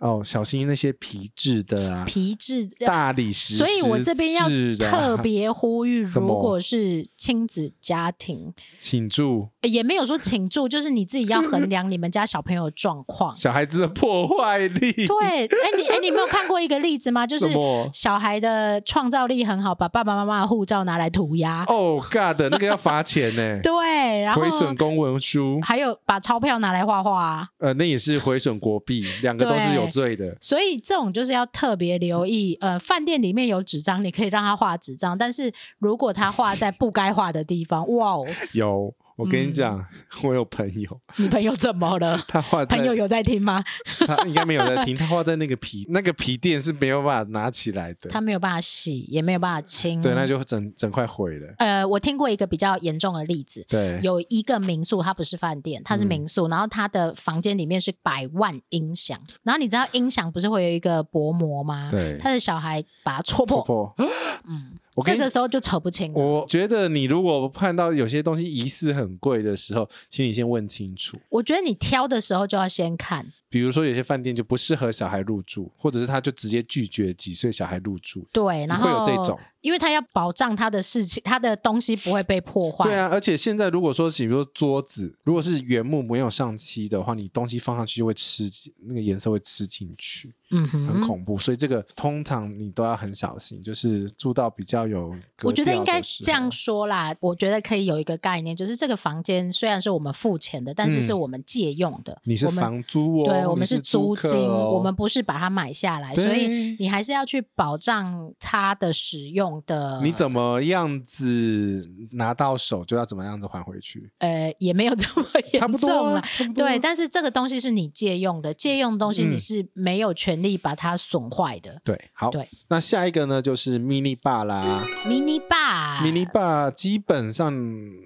Speaker 2: 哦，小心那些皮质的啊，
Speaker 1: 皮质，
Speaker 2: 大理石质的
Speaker 1: 所
Speaker 2: 啊。
Speaker 1: 以我这边要特别呼吁，
Speaker 2: 什
Speaker 1: 如
Speaker 2: 么
Speaker 1: 果是亲子家庭，
Speaker 2: [laughs] 请注
Speaker 1: 呃也没有说请住，就是你自己要衡量你们家小朋友的状况。
Speaker 2: 小孩子的破坏力。
Speaker 1: 对，哎、你哎、你没有看过一个例子吗？就是
Speaker 2: 什么
Speaker 1: 小孩的创造力很好，把爸爸妈妈的护照拿来涂鸦，、
Speaker 2: 哦、God，那个要罚钱呢
Speaker 1: [laughs] 对，然后
Speaker 2: 毁损公文书，
Speaker 1: 还有把钞票拿来画画、啊，
Speaker 2: 呃，那也是毁损国币，两个都是有罪的。
Speaker 1: 所以这种就是要特别留意。呃，饭店里面有纸张，你可以让他画纸张，但是如果他画在不该画的地方，哇哦，
Speaker 2: 有，我跟你讲，我有朋友，
Speaker 1: 你朋友怎么
Speaker 2: [laughs]
Speaker 1: 了？
Speaker 2: 他画在
Speaker 1: 嗯朋友有在听吗？
Speaker 2: 他应该没有在听，他画在那个皮那个皮垫是没有办法拿起来的，
Speaker 1: 他没嗯有办法洗，也没有办法清。
Speaker 2: 对，那就整整块毁了。
Speaker 1: 呃，我听过一个比较严重的例子，
Speaker 2: 对，嗯
Speaker 1: 有一个民宿，它不是饭店，它是民宿，然后它的房间里面是百万音响，然后你知道音响不是会有一个薄膜吗？
Speaker 2: 对
Speaker 1: 他的小孩把它戳破，
Speaker 2: 婆婆，
Speaker 1: [gasps] 嗯，
Speaker 2: 我跟
Speaker 1: 这
Speaker 2: 你
Speaker 1: 个时候就扯不清了。
Speaker 2: 我觉得你如果看到有些东西疑似很贵的时候，请你先问清楚。
Speaker 1: 我觉得你挑的时候就要先看，
Speaker 2: 比如说，有些饭店就不适合小孩入住，或者是他就直接拒绝几岁小孩入住，
Speaker 1: 对，然后
Speaker 2: 会有这种。
Speaker 1: 因为他要保障他的事情，他的东西不会被破坏。
Speaker 2: 对啊，而且现在如果说，比如说桌子，如果是原木没有上漆的话，你东西放上去就会吃那个颜色会吃进去，
Speaker 1: 嗯
Speaker 2: 很
Speaker 1: 哼。
Speaker 2: 恐怖。所以这个通常你都要很小心，就是住到比较有格
Speaker 1: 我觉得
Speaker 2: 调
Speaker 1: 应该
Speaker 2: 的时候
Speaker 1: 这样说啦，我觉得可以有一个概念，就是这个房间虽然是我们付钱的，但是
Speaker 2: 嗯
Speaker 1: 是我们借用的，
Speaker 2: 你是
Speaker 1: 我们
Speaker 2: 房租哦，
Speaker 1: 对，我们
Speaker 2: 你是
Speaker 1: 租
Speaker 2: 客
Speaker 1: 金，
Speaker 2: 哦
Speaker 1: 我们不是把它买下来，所
Speaker 2: 对
Speaker 1: 以你还是要去保障它的使用的。
Speaker 2: 你怎么样子拿到手就要怎么样子还回去，
Speaker 1: 呃也没有这么
Speaker 2: [laughs] 差不
Speaker 1: 严
Speaker 2: 多
Speaker 1: 重
Speaker 2: 啊、
Speaker 1: 了。
Speaker 2: 差不多啊
Speaker 1: 对，但是这个东西是你借用的，借用的东西
Speaker 2: 嗯
Speaker 1: 你是没有权利把它损坏的。
Speaker 2: 对，好，
Speaker 1: 对
Speaker 2: 那下一个呢就是 mini bar 啦。
Speaker 1: 迷你吧，
Speaker 2: 迷你吧基本上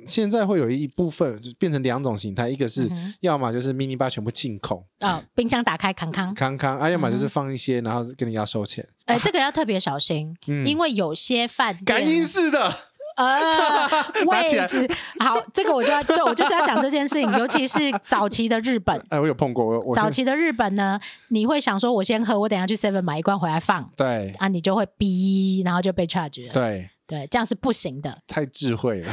Speaker 2: 现在会有一部分就变成两种形态，一个是
Speaker 1: 嗯哼
Speaker 2: 要么就是迷你吧全部进口
Speaker 1: 啊，冰箱打开扛扛。
Speaker 2: [laughs] 康康，啊，要么就
Speaker 1: 嗯
Speaker 2: 是
Speaker 1: 哼
Speaker 2: 放一些，然后跟你要收钱，
Speaker 1: 呃，这个要特别小心，
Speaker 2: [laughs] 嗯
Speaker 1: 因为有些饭店
Speaker 2: 感应式的，
Speaker 1: 呃 [laughs]
Speaker 2: 拿起
Speaker 1: 位
Speaker 2: 来
Speaker 1: 置好，这个我就要对我就是要讲这件事情，尤其是早期的日本，
Speaker 2: 哎，我有碰过，我我
Speaker 1: 早
Speaker 2: 是
Speaker 1: 期的日本呢，你会想说，我先喝，我等一下去 Seven 买一罐回来放
Speaker 2: 对
Speaker 1: 啊，你就会逼，然后就被 charge 了。
Speaker 2: 对，
Speaker 1: 对，这样是不行的，
Speaker 2: 太智慧
Speaker 1: [laughs]
Speaker 2: 了，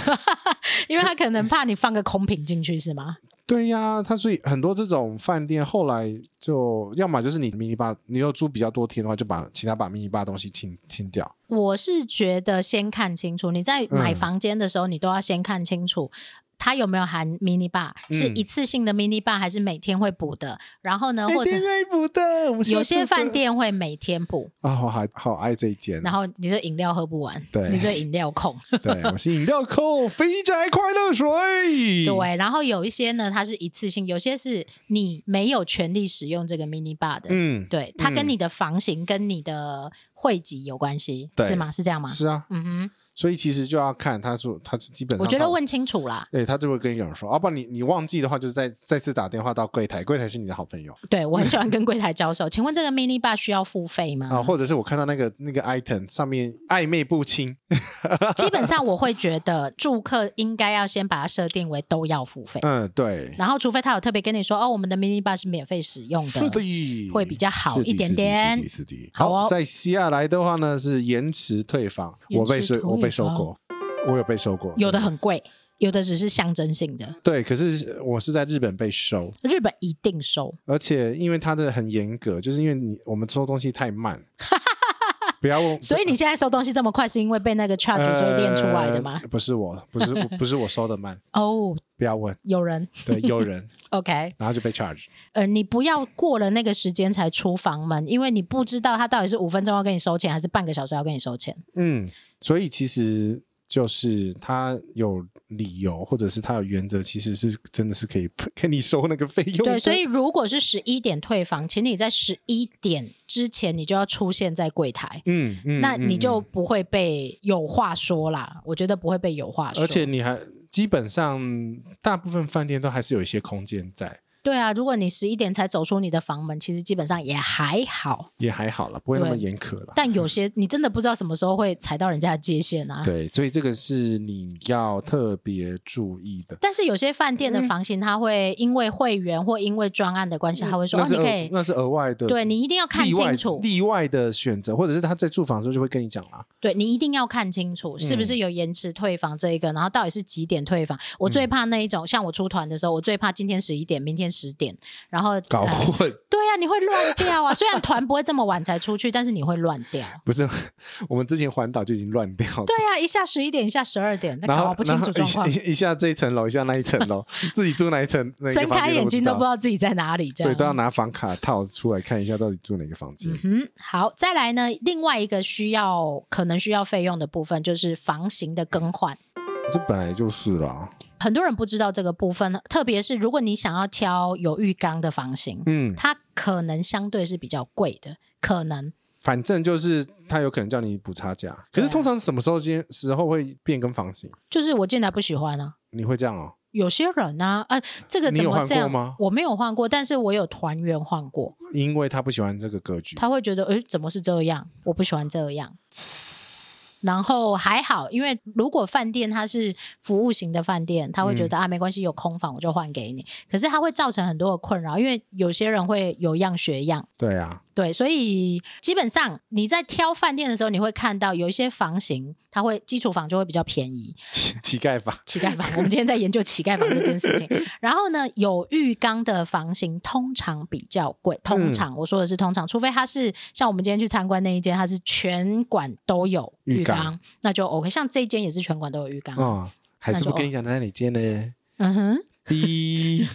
Speaker 1: 因为他可能怕你放个空瓶进去，是吗？
Speaker 2: 对呀，他所以很多这种饭店后来就要么就是你迷你吧，你又租比较多天的话，就把其他把迷你吧东西清清掉，
Speaker 1: 我是觉得先看清楚，你在买
Speaker 2: 嗯
Speaker 1: 房间的时候，你都要先看清楚。它有没有含 mini bar？、是
Speaker 2: 嗯
Speaker 1: 一次性的 mini bar 还是每天会补的？然后呢，或者
Speaker 2: 哎对对不对，我是要
Speaker 1: 有些
Speaker 2: 住
Speaker 1: 饭
Speaker 2: 的
Speaker 1: 店会每天补，
Speaker 2: 啊，我还好爱这一间啊
Speaker 1: 然，后你的饮料喝不完，
Speaker 2: 对
Speaker 1: 你这饮料控。
Speaker 2: 对，我是饮料控，肥宅快乐水。
Speaker 1: 对，然后有一些呢，它是一次性，有些是你没有权利使用这个 mini bar 的。
Speaker 2: 嗯，
Speaker 1: 对，它
Speaker 2: 嗯
Speaker 1: 跟你的房型、跟你的会籍有关系，
Speaker 2: 对
Speaker 1: 是吗？是这样吗？
Speaker 2: 是啊，
Speaker 1: 嗯哼，
Speaker 2: 所以其实就要看他说他是基本上
Speaker 1: 我觉
Speaker 2: 他
Speaker 1: 得问清楚啦，
Speaker 2: 对哎他就会跟有人说，要、哦不然你你忘记的话，就是再再次打电话到柜台，柜台是你的好朋友
Speaker 1: 对我很喜欢跟柜台交手。请问这个 mini bar 需要付费吗？
Speaker 2: 啊、或者是我看到那个那个 item 上面暧昧不清，
Speaker 1: 基本上我会觉得住客应该要先把它设定为都要付费，
Speaker 2: 嗯，对，
Speaker 1: 然后除非他有特别跟你说哦，我们的 mini bar 是免费使用
Speaker 2: 是
Speaker 1: 的，
Speaker 2: 的，
Speaker 1: 会比较好
Speaker 2: 是的
Speaker 1: 一点点
Speaker 2: 是的，是的，是的
Speaker 1: 好哦
Speaker 2: 好，在希亚来的话呢，是延迟退房，
Speaker 1: 延
Speaker 2: 我
Speaker 1: 迟
Speaker 2: 被收，
Speaker 1: 退
Speaker 2: 我被收
Speaker 1: 房
Speaker 2: 过，我有被收过，
Speaker 1: 有的
Speaker 2: 真
Speaker 1: 很贵，有的只是象征性的。
Speaker 2: 对，可是我是在日本被收，
Speaker 1: 日本一定收，
Speaker 2: 而且因为它的很严格，就是因为你我们收东西太慢，不要问。
Speaker 1: 所以你现在收东西这么快，是因为被那个 charge 所以练出来的吗？
Speaker 2: 呃不是我，不是我不是我收的慢，
Speaker 1: 哦，
Speaker 2: 不要问。
Speaker 1: 有人
Speaker 2: 对，呃有
Speaker 1: [laughs]
Speaker 2: 人，
Speaker 1: OK，
Speaker 2: 然后就被 charge。
Speaker 1: 呃，你不要过了那个时间才出房门，因为你不知道他到底是五分钟要跟你收钱，还是半个小时要跟你收钱。
Speaker 2: 嗯，所以其实就是他有理由，或者是他有原则，其实是真的是可以给你收那个费用的。
Speaker 1: 对，所以如果是十一点退房，请你在十一点之前，你就要出现在柜台，
Speaker 2: 嗯嗯，
Speaker 1: 那
Speaker 2: 嗯
Speaker 1: 你就
Speaker 2: 嗯
Speaker 1: 不会被有话说啦。我觉得不会被有话说，
Speaker 2: 而且你还基本上大部分饭店都还是有一些空间在。
Speaker 1: 对啊，如果你十一点才走出你的房门，其实基本上也还好。
Speaker 2: 也还好了，不会那么
Speaker 1: 对
Speaker 2: 严苛了。
Speaker 1: 但有些你真的不知道什么时候会踩到人家的界限啊。
Speaker 2: 对，所以这个是你要特别注意的。
Speaker 1: 但是有些饭店的房型，它会因为会员或因为专案的关系，它会说、
Speaker 2: 那
Speaker 1: 哦，
Speaker 2: 是
Speaker 1: 你
Speaker 2: 额
Speaker 1: 可以，
Speaker 2: 那是额外的，
Speaker 1: 对你一定要看
Speaker 2: 例外
Speaker 1: 清楚，
Speaker 2: 例外的选择，或者是他在住房的时候就会跟你讲啦。
Speaker 1: 对你一定要看清楚是不
Speaker 2: 嗯
Speaker 1: 是有延迟退房这一个，然后到底是几点退房。我
Speaker 2: 嗯
Speaker 1: 最怕那一种，像我出团的时候，我最怕今天十一点，明天十点，然后
Speaker 2: 搞
Speaker 1: 呃
Speaker 2: 混、
Speaker 1: 对啊，你会乱掉啊。虽然团不会这么晚才出去，但是你会乱掉。
Speaker 2: 不是，我们之前环岛就已经乱掉了。
Speaker 1: 对啊，一下十一点，一下十二点，那
Speaker 2: 然后
Speaker 1: 搞不清楚状况
Speaker 2: 然，后一一一下这一层楼，一下那一层楼，自己住哪一层，哪一个
Speaker 1: 睁
Speaker 2: 房
Speaker 1: 开
Speaker 2: 间
Speaker 1: 眼睛都不知
Speaker 2: 道。
Speaker 1: 道自己在哪里，这样
Speaker 2: 对，都要拿房卡套出来看一下，到底住哪个房间。
Speaker 1: 嗯，好，再来呢，另外一个需要可能需要费用的部分就是房型的更换。
Speaker 2: 这本来就是啦，
Speaker 1: 很多人不知道这个部分，特别是如果你想要挑有浴缸的房型，
Speaker 2: 嗯，
Speaker 1: 它可能相对是比较贵的，可能
Speaker 2: 反正就是他有可能叫你补差价，可
Speaker 1: 对
Speaker 2: 是
Speaker 1: 啊
Speaker 2: 通常什么时候间时候会变更房型？
Speaker 1: 就是我进来不喜欢啊。
Speaker 2: 你会这样哦？
Speaker 1: 有些人呢、啊，呃，这个
Speaker 2: 你
Speaker 1: 怎
Speaker 2: 有
Speaker 1: 么
Speaker 2: 换
Speaker 1: 这
Speaker 2: 过
Speaker 1: 样
Speaker 2: 吗
Speaker 1: 我没有换过，但是我有团员换过，
Speaker 2: 因为他不喜欢这个格局。
Speaker 1: 他会觉得，诶，怎么是这样？我不喜欢这样。然后还好，因为如果饭店它是服务型的饭店，他会觉得、啊没关系，有空房我就换给你。可是它会造成很多的困扰，因为有些人会有样学样，[laughs]
Speaker 2: 对啊，
Speaker 1: 对，所以基本上你在挑饭店的时候，你会看到有一些房型，它会基础房就会比较便宜。
Speaker 2: 乞乞丐吧。
Speaker 1: 乞丐房，我 [laughs] 们今天在研究乞丐房这件事
Speaker 2: [laughs]
Speaker 1: 情。然后呢，有浴缸的房型通常比较
Speaker 2: 嗯
Speaker 1: 贵，通常、我说的是通常，除非它是像我们今天去参观那一间，它是全馆都有浴
Speaker 2: 浴缸
Speaker 1: 那就 OK。像这间也是全馆都有浴缸。
Speaker 2: 哦，还
Speaker 1: 啊
Speaker 2: 是
Speaker 1: 那就
Speaker 2: 不跟你讲在哪里接呢？
Speaker 1: 嗯哼， [laughs]
Speaker 2: 第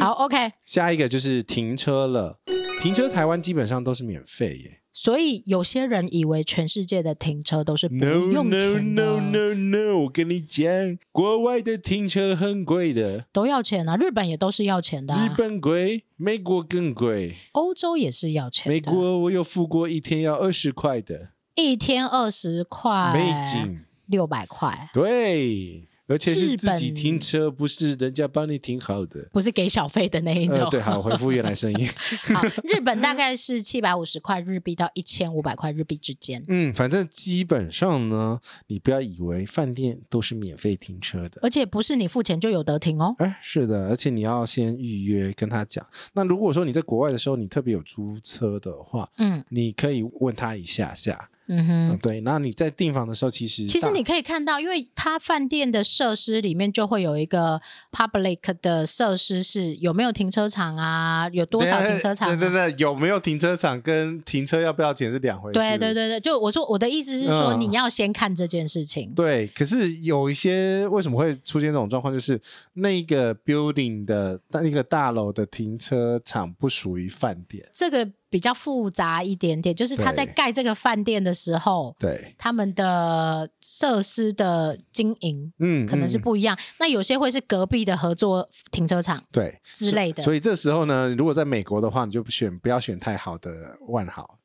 Speaker 1: 好 OK。
Speaker 2: 下一个就是停车了。停车台湾基本上都是免费耶。
Speaker 1: 所以有些人以为全世界的停车都是不
Speaker 2: No
Speaker 1: 哦用
Speaker 2: no
Speaker 1: 钱的
Speaker 2: no no no！我跟你讲，国外的停车很贵的，
Speaker 1: 都要钱啊！日本也都是要钱的、啊，
Speaker 2: 日本贵，美国更贵。
Speaker 1: 欧洲也是要钱的，
Speaker 2: 美国我有付过一天要二十块的
Speaker 1: 一天二十块，
Speaker 2: 美金，
Speaker 1: 六百块，
Speaker 2: 对，而且是
Speaker 1: 日
Speaker 2: 自己
Speaker 1: 本
Speaker 2: 停车，不是人家帮你停好的。
Speaker 1: 不是给小费的那一种。
Speaker 2: 呃，对，好，回复原来声音。
Speaker 1: 好，日本大概是七百五十块日币到一千五百块日币之间。
Speaker 2: 嗯，反正基本上呢，你不要以为饭店都是免费停车的。
Speaker 1: 而且不是你付钱就有得停哦，
Speaker 2: 哎，是的，而且你要先预约跟他讲。那如果说你在国外的时候，你特别有租车的话，
Speaker 1: 嗯
Speaker 2: 你可以问他一下下。
Speaker 1: 嗯
Speaker 2: 嗯，
Speaker 1: 哼，
Speaker 2: 对。那你在订房的时候，其实
Speaker 1: 其实
Speaker 2: 大
Speaker 1: 你可以看到，因为它饭店的设施里面就会有一个 public 的设施是有没有停车场啊，有多少停车场、
Speaker 2: 对对
Speaker 1: 啊。
Speaker 2: 对，有没有停车场跟停车要不要钱是两回事。
Speaker 1: 对对
Speaker 2: 对。
Speaker 1: 对对，就我说我的意思是说，
Speaker 2: 嗯
Speaker 1: 你要先看这件事情。
Speaker 2: 对，可是有一些为什么会出现这种状况，就是那个 building 的那个大楼的停车场不属于饭店。
Speaker 1: 这个比较复杂一点点，就是他在
Speaker 2: 对
Speaker 1: 盖这个饭店的时候，
Speaker 2: 对，
Speaker 1: 他们的设施的经营
Speaker 2: 嗯，
Speaker 1: 可能是
Speaker 2: 嗯
Speaker 1: 不一样。那有些会是隔壁的合作停车场
Speaker 2: 对
Speaker 1: 之类的 [laughs]
Speaker 2: 所。以这时候呢，如果在美国的话，你就不选不要选太好的万豪，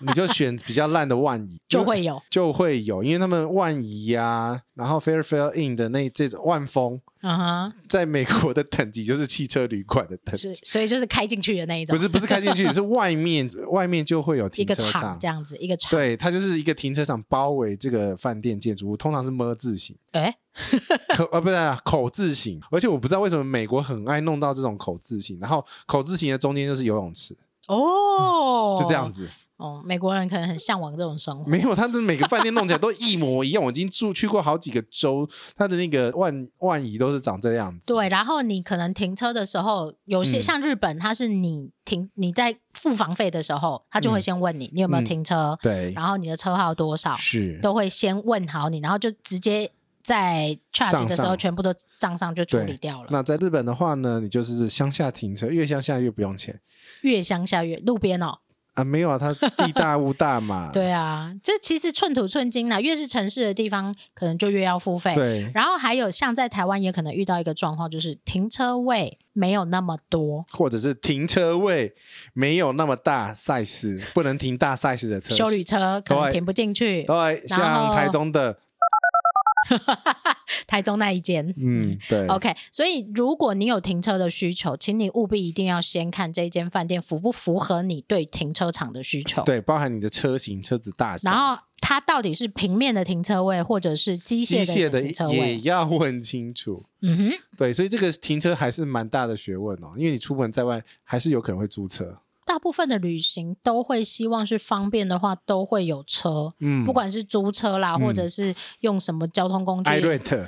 Speaker 2: 你就选比较烂的万怡，
Speaker 1: 就会有，
Speaker 2: 就会有，因为他们万怡呀、然后 Fairfield Inn 的那这种万丰，
Speaker 1: [laughs] 嗯哼，
Speaker 2: 在美国的等级就是汽车旅馆的等级，
Speaker 1: 是，所以就是开进去的那一种，
Speaker 2: 不是不是开进去，是
Speaker 1: [laughs]
Speaker 2: 外面外面就会有
Speaker 1: 一
Speaker 2: 停
Speaker 1: 个
Speaker 2: 车
Speaker 1: 厂
Speaker 2: 场
Speaker 1: 这。样子，一个厂，
Speaker 2: 对，它就是一个停车场包围这个饭店建筑物，通常是么字形，
Speaker 1: 哎，
Speaker 2: [laughs] 口呃不是啊口字形，而且我不知道为什么美国很爱弄到这种口字形，然后口字形的中间就是游泳池，
Speaker 1: 哦，
Speaker 2: 嗯就这样子。
Speaker 1: 哦，美国人可能很向往这种生活。
Speaker 2: [laughs] 没有，它的每个饭店弄起来都一模一样。我已经住去过好几个州，它的那个万万怡都是长这样子。
Speaker 1: 对，然后你可能停车的时候，有些、
Speaker 2: 嗯
Speaker 1: 像日本，它是你停你在付房费的时候，他就会
Speaker 2: 嗯
Speaker 1: 先问你你有没有
Speaker 2: 嗯
Speaker 1: 停车，
Speaker 2: 对，
Speaker 1: 然后你的车号多少，
Speaker 2: 是，
Speaker 1: 都会先问好你，然后就直接在 charge
Speaker 2: 账
Speaker 1: 的时候
Speaker 2: 上
Speaker 1: 全部都账上就处
Speaker 2: 对
Speaker 1: 理掉了。
Speaker 2: 那在日本的话呢，你就是乡下停车，越乡下越不用钱
Speaker 1: 越乡下越路边哦，
Speaker 2: 啊。没有啊，它地大物大嘛。
Speaker 1: [laughs] 对啊，这其实寸土寸金啦，越是城市的地方，可能就越要付费。
Speaker 2: 对
Speaker 1: 然后还有像在台湾也可能遇到一个状况，就是停车位没有那么多，
Speaker 2: 或者是停车位没有那么大 size，不能停大 size 的车。
Speaker 1: 修理车可能
Speaker 2: 对
Speaker 1: 停不进去。
Speaker 2: 对，
Speaker 1: 然
Speaker 2: 像
Speaker 1: 后
Speaker 2: 台中的，
Speaker 1: 台中那一间，
Speaker 2: 嗯，对
Speaker 1: OK，所以如果你有停车的需求，请你务必一定要先看这间饭店符不符合你对停车场的需求，
Speaker 2: 对，包含你的车型、车子大小，
Speaker 1: 然后它到底是平面的停车位或者是机
Speaker 2: 机
Speaker 1: 械
Speaker 2: 械
Speaker 1: 的
Speaker 2: 的
Speaker 1: 停车
Speaker 2: 也
Speaker 1: 位。
Speaker 2: 要问清楚。
Speaker 1: 嗯哼，
Speaker 2: 对，所以这个停车还是蛮大的学问哦，因为你出门在外还是有可能会租车。
Speaker 1: 大部分的旅行都会希望是方便的话，都会有车。
Speaker 2: 嗯，
Speaker 1: 不管是租车啦，
Speaker 2: 嗯哎
Speaker 1: 或者是用什么交通工具，
Speaker 2: 艾瑞特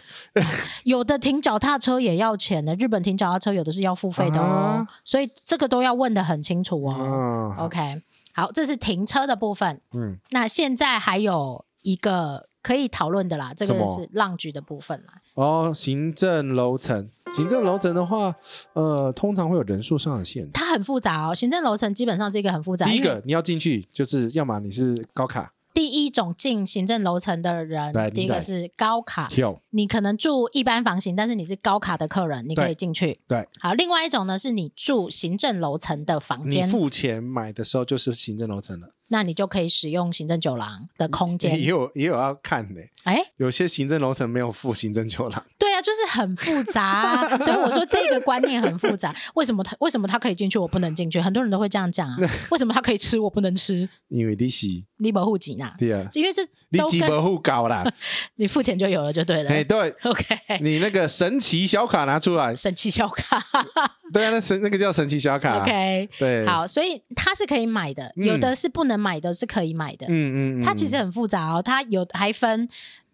Speaker 1: 有的停脚踏车也要钱的。日本停脚踏车有的是要付费的哦，所以这个都要问的很清楚哦。
Speaker 2: 啊，
Speaker 1: OK，好，这是停车的部分。
Speaker 2: 嗯，
Speaker 1: 那现在还有一个可以讨论的啦，这个
Speaker 2: 什么
Speaker 1: 是浪局的部分啦。
Speaker 2: 哦，行政楼层，行政楼层的话，呃，通常会有人数上的限制。
Speaker 1: 它很复杂哦，行政楼层基本上这个很复杂。
Speaker 2: 第一
Speaker 1: 因为
Speaker 2: 个你要进去，就是要么你是高卡，
Speaker 1: 第一种进行政楼层的人
Speaker 2: 来，
Speaker 1: 第一个
Speaker 2: 来
Speaker 1: 是高卡，
Speaker 2: 有
Speaker 1: 你可能住一般房型，但是你是高卡的客人，你可以
Speaker 2: 对
Speaker 1: 进去。
Speaker 2: 对，
Speaker 1: 好，另外一种呢是你住行政楼层的房
Speaker 2: 你
Speaker 1: 间，
Speaker 2: 付钱买的时候就是行政楼层了，
Speaker 1: 那你就可以使用行政酒廊的空
Speaker 2: [laughs] 也
Speaker 1: 间。
Speaker 2: 有也有要看的、
Speaker 1: 哎，
Speaker 2: 有些行政楼层没有付行政酒廊，
Speaker 1: 对啊，就是很复杂啊、
Speaker 2: [laughs]
Speaker 1: 所以我说这个观念很复杂。为什么他为什么他可以进去，我不能进去？很多人都会这样讲啊。为什么他可以吃，我不能吃？
Speaker 2: 因为利息
Speaker 1: 你保户籍呐，
Speaker 2: 对啊，
Speaker 1: 因为这
Speaker 2: 利
Speaker 1: [laughs] 都
Speaker 2: 息
Speaker 1: 跟
Speaker 2: 不户
Speaker 1: [laughs]
Speaker 2: 搞啦，
Speaker 1: 你付钱就有了，就对了。
Speaker 2: 哎，对
Speaker 1: [laughs]
Speaker 2: [laughs]
Speaker 1: OK，
Speaker 2: 你那个神奇小卡拿
Speaker 1: [laughs]
Speaker 2: 出来，
Speaker 1: 神奇小卡。
Speaker 2: 对啊，那神那个叫神奇小卡
Speaker 1: OK，
Speaker 2: 对，，
Speaker 1: 好，所以它是可以买的，
Speaker 2: 嗯
Speaker 1: 有的是不能买的，是可以买的。
Speaker 2: 嗯嗯嗯，
Speaker 1: 它其实很复杂哦，它有还分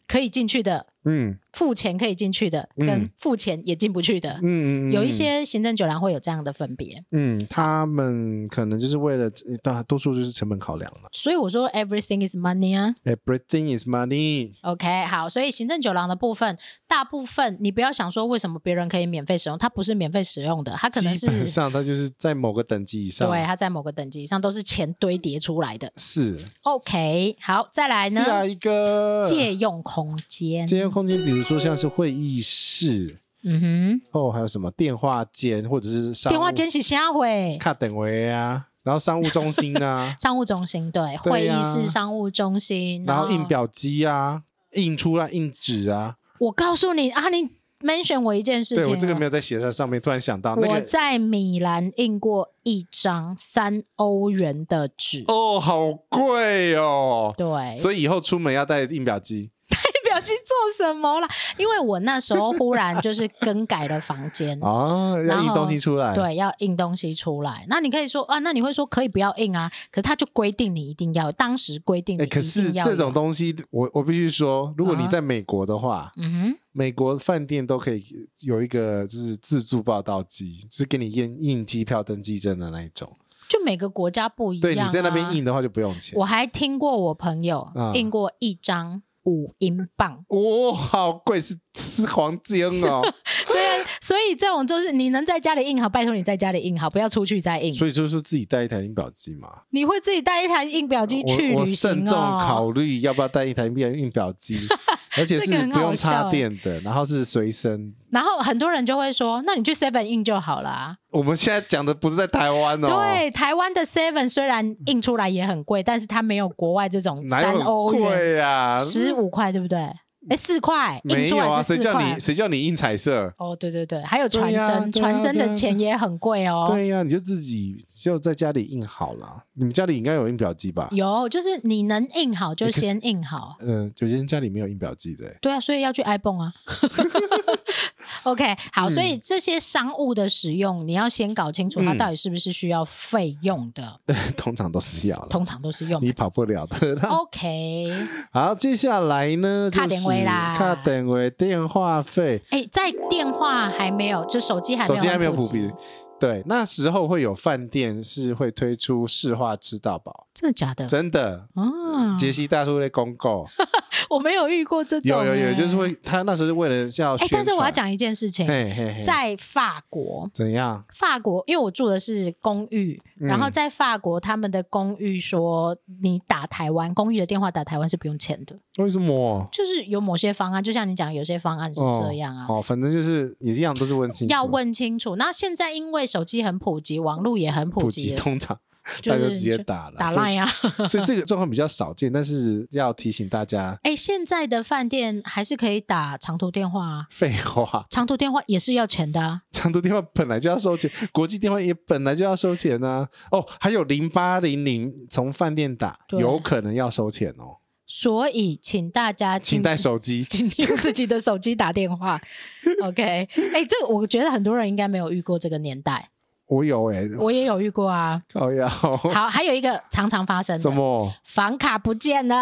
Speaker 1: 可以进去的，
Speaker 2: 嗯
Speaker 1: 付钱可以进去的，
Speaker 2: 嗯
Speaker 1: 跟付钱也进不去的。
Speaker 2: 嗯嗯嗯
Speaker 1: 有一些行政酒廊会有这样的分别，
Speaker 2: 嗯，他们可能就是为了呃大多数就是成本考量了。
Speaker 1: 所以我说 everything is money 啊。
Speaker 2: Everything is money。
Speaker 1: OK，好，所以行政酒廊的部分，大部分你不要想说为什么别人可以免费使用，它不是免费使用的，它可能
Speaker 2: 基本
Speaker 1: 是
Speaker 2: 上，它就是在某个等级以上。
Speaker 1: 对，它啊在某个等级以上都是钱堆叠出来的。
Speaker 2: 是。
Speaker 1: OK，好，再来哎呢，
Speaker 2: 下一个
Speaker 1: 借用空间，
Speaker 2: 借用空间，比如说像是会议室，
Speaker 1: 嗯
Speaker 2: 哦，还有什么电话间，或者是
Speaker 1: 哼，
Speaker 2: 商务
Speaker 1: 电话间是下会。，
Speaker 2: 卡等维啊，然后商务中心啊
Speaker 1: 商务中心对，会
Speaker 2: 对啊
Speaker 1: 议室、商务中心，
Speaker 2: 然后印。表机啊，印出来印纸啊。
Speaker 1: 我告诉你啊，你 mention 我一件事
Speaker 2: 对
Speaker 1: 情啊，
Speaker 2: 我这个没有在写在上面，突然想到那
Speaker 1: 我
Speaker 2: 个
Speaker 1: 在米兰印过一张三欧元的纸，
Speaker 2: 哦，好贵哦。
Speaker 1: 对，
Speaker 2: 所以以后出门要带印表机。，
Speaker 1: 表情做什么啦？因为我那时候忽然就是更改了房间
Speaker 2: 哦，
Speaker 1: 嗯然
Speaker 2: 要印
Speaker 1: 后
Speaker 2: 东西出来，，哎
Speaker 1: 对，要印东西出来。那你可以说啊，那你会说可以不要印啊，可是他就规定你一定要，当时规定你
Speaker 2: 哎、
Speaker 1: 一
Speaker 2: 可是
Speaker 1: 定要、
Speaker 2: 这种，东西，我我必须说，如果你
Speaker 1: 啊
Speaker 2: 在美国的话，
Speaker 1: 嗯
Speaker 2: 美国饭店都可以有一个就是自助报到机，就是给你印印机票登记证的那一种。
Speaker 1: 哼，就每个国家不一样、啊
Speaker 2: 对，你在那边，印的话就不用钱。
Speaker 1: 我还听过我朋友、
Speaker 2: 啊，
Speaker 1: 印过一张五英镑
Speaker 2: [laughs] 哦，好贵，是是黄金
Speaker 1: [laughs]
Speaker 2: 哦。
Speaker 1: 所以所以这种就是你能在家里印好，拜托你在家里印好，不要出去再印。
Speaker 2: 所以就是自己带一台印表机嘛。
Speaker 1: 你会自己带一台印表机去
Speaker 2: 我
Speaker 1: 旅
Speaker 2: 我
Speaker 1: 行
Speaker 2: 慎
Speaker 1: 哦？ [laughs]
Speaker 2: 重考虑要不要带一台印表印表机，而且是
Speaker 1: 这个很
Speaker 2: 不用
Speaker 1: 好笑
Speaker 2: 插
Speaker 1: 欸
Speaker 2: 电的，然后是随身。
Speaker 1: 然后很多人就会说，那你去 Seven 印就好啦。
Speaker 2: 我们现在讲的不是在台湾哦，，
Speaker 1: 对，台湾的 Seven 虽然印出来也很贵，但是它没有国外这种
Speaker 2: 哪
Speaker 1: 三
Speaker 2: 有
Speaker 1: 欧
Speaker 2: 很
Speaker 1: 元
Speaker 2: 贵呀？
Speaker 1: 十五块，对不对？哎，四块印
Speaker 2: 嗯没
Speaker 1: 出
Speaker 2: 有
Speaker 1: 来
Speaker 2: 啊，
Speaker 1: 是
Speaker 2: 谁
Speaker 1: 四
Speaker 2: 叫
Speaker 1: 块
Speaker 2: 你。谁叫你印彩色？
Speaker 1: 哦，对对对，还有传
Speaker 2: 对呀
Speaker 1: 真，
Speaker 2: 对啊
Speaker 1: 传真
Speaker 2: 对
Speaker 1: 的
Speaker 2: 啊
Speaker 1: 钱也很贵哦。
Speaker 2: 对呀、你就自己就在家里印好了。你们家里应该有印表机吧？
Speaker 1: 有，就是你能印好就
Speaker 2: 诶可是
Speaker 1: 先印好。
Speaker 2: 嗯、有些人家里没有印表机的、欸。 [laughs]
Speaker 1: 对啊，所以要去 iPhone 啊。OK，好，所以这些商务的使用，你要先搞清楚它
Speaker 2: 嗯
Speaker 1: 到底是不是需要费用的，
Speaker 2: 通常都是要了，
Speaker 1: 通常都是用
Speaker 2: 嗯你跑不了的啦。
Speaker 1: OK，
Speaker 2: 好，接下来呢，
Speaker 1: 卡
Speaker 2: 就是
Speaker 1: 点位啦
Speaker 2: 卡点位电话费，
Speaker 1: 哎、在电话还没有，就手机还没
Speaker 2: 手
Speaker 1: 有，
Speaker 2: 机还没有普
Speaker 1: 及
Speaker 2: 及，。对，那时候会有饭店是会推出市话吃到饱，
Speaker 1: 真的假的？
Speaker 2: 真的。
Speaker 1: 啊，
Speaker 2: 杰西大叔的公
Speaker 1: [laughs]
Speaker 2: 告
Speaker 1: 我没有遇过这种、
Speaker 2: 有有有，
Speaker 1: 哎
Speaker 2: 就是。会他那时候是为了要
Speaker 1: 哎、
Speaker 2: 宣传，
Speaker 1: 但是我要，讲一件事情，
Speaker 2: 嘿嘿嘿，
Speaker 1: 在法国，
Speaker 2: 怎样？
Speaker 1: 法国，因为我住的是公寓，
Speaker 2: 嗯
Speaker 1: 然后在法国，他们的公寓说你打台湾公寓的电话打台湾是不用钱的，
Speaker 2: 为什么？
Speaker 1: 就是有某些方案，就像你讲，有些方案是这样啊。
Speaker 2: 哦，哦反正就是也一样，都是问清楚
Speaker 1: 要问清楚。那现在因为手机很普及，网络也很
Speaker 2: 普
Speaker 1: 普
Speaker 2: 及，
Speaker 1: 及，
Speaker 2: 通常
Speaker 1: 就
Speaker 2: [laughs] 大家
Speaker 1: 是
Speaker 2: 就直接打了，
Speaker 1: 打
Speaker 2: 所
Speaker 1: line 啊。
Speaker 2: 以所以这个状况比较少见，但是要提醒大家，
Speaker 1: 哎，现在的饭店还是可以打长途电话啊，
Speaker 2: 废话，
Speaker 1: 长途电话也是要钱的、啊。
Speaker 2: [laughs] 长途电话本来就要收钱，国际电话也本来就要收钱呐、哦，还有零八零零从饭店打，
Speaker 1: 对
Speaker 2: 有可能要收钱哦，
Speaker 1: 所以，请大家
Speaker 2: 请带手机。
Speaker 1: 请用自己的手机打电话。OK，哎，这个我觉得很多人应该没有遇过这个年代，
Speaker 2: 我有哎、
Speaker 1: 我也有遇过啊。
Speaker 2: 靠腰，
Speaker 1: 好，还有一个常常发生
Speaker 2: 哦什
Speaker 1: 的，啊
Speaker 2: 么？
Speaker 1: 房卡不见
Speaker 2: 哦，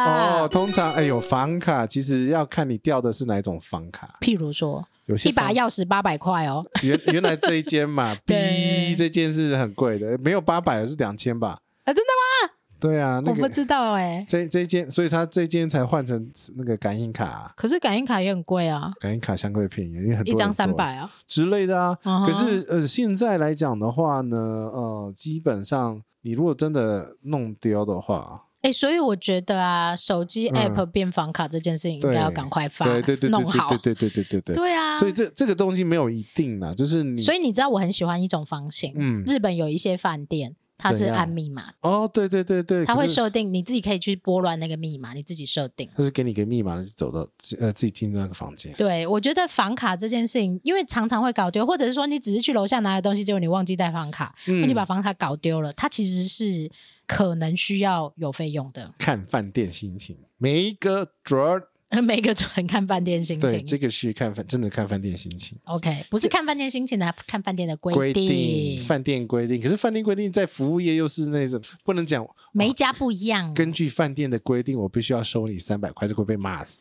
Speaker 1: 了。
Speaker 2: 通常哎有房卡，其实要看你掉的是哪一种房卡。
Speaker 1: 譬如说，
Speaker 2: 有些
Speaker 1: 一把
Speaker 2: 房
Speaker 1: 钥匙八百块哦，
Speaker 2: 原原来这一间
Speaker 1: [laughs]
Speaker 2: 嘛
Speaker 1: 对
Speaker 2: ，B 这间是很贵的，没有八百是两千吧？
Speaker 1: 啊，真的
Speaker 2: 对啊，
Speaker 1: 吗？
Speaker 2: 那
Speaker 1: 我不
Speaker 2: 个
Speaker 1: 知道哎。
Speaker 2: 这这间，所以他这间才换成那个感应卡啊、
Speaker 1: 可是感应卡也很贵啊，
Speaker 2: 感应卡相对便宜，因为很多
Speaker 1: 一张
Speaker 2: 人做
Speaker 1: 三百啊。
Speaker 2: 之类的啊。
Speaker 1: 嗯哼
Speaker 2: 可是呃，现在来讲的话呢，呃，基本上你如果真的弄丢的话，
Speaker 1: 哎、所以我觉得啊，手机
Speaker 2: 嗯
Speaker 1: app 变房卡这件事情应该要赶快发，
Speaker 2: 对对对对
Speaker 1: 弄好
Speaker 2: 对。对对对对对对。
Speaker 1: 对啊，
Speaker 2: 所以这这个东西没有一定啦，就是你
Speaker 1: 所以你知道我很喜欢一种方型，
Speaker 2: 嗯
Speaker 1: 日本有一些饭店它是
Speaker 2: 怎样
Speaker 1: 按密码，
Speaker 2: 哦，对对对对，
Speaker 1: 它
Speaker 2: 可
Speaker 1: 会
Speaker 2: 是
Speaker 1: 设定你自己可以去拨乱那个密码，你自己设定。
Speaker 2: 他就给你个密码，就走到呃自己进入那个房间。
Speaker 1: 对，我觉得房卡这件事情，因为常常会搞丢，或者是说你只是去楼下拿个东西，结果你忘记带房卡，或
Speaker 2: 嗯
Speaker 1: 你把房卡搞丢了，它其实是可能需要有费用的。
Speaker 2: 看饭店心情，每一个主儿
Speaker 1: 每个人看饭店心
Speaker 2: 对这
Speaker 1: 情
Speaker 2: 个是看饭，真的看饭店心情。
Speaker 1: ，OK，不是看饭店心情的，看饭店的
Speaker 2: 规
Speaker 1: 规
Speaker 2: 定，饭店规定，可是饭店规定在服务业又是那种不能讲
Speaker 1: 每一家不一样，
Speaker 2: 根据饭店的规定，我必须要收你三百块，这个会被骂死。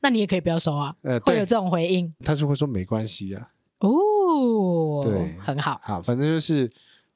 Speaker 1: 那你也可以不要收啊，
Speaker 2: 呃，
Speaker 1: 会有
Speaker 2: 对，
Speaker 1: 这种回应
Speaker 2: 他就会说没关系啊。
Speaker 1: 哦，
Speaker 2: 对
Speaker 1: 很好，
Speaker 2: 好，反正就是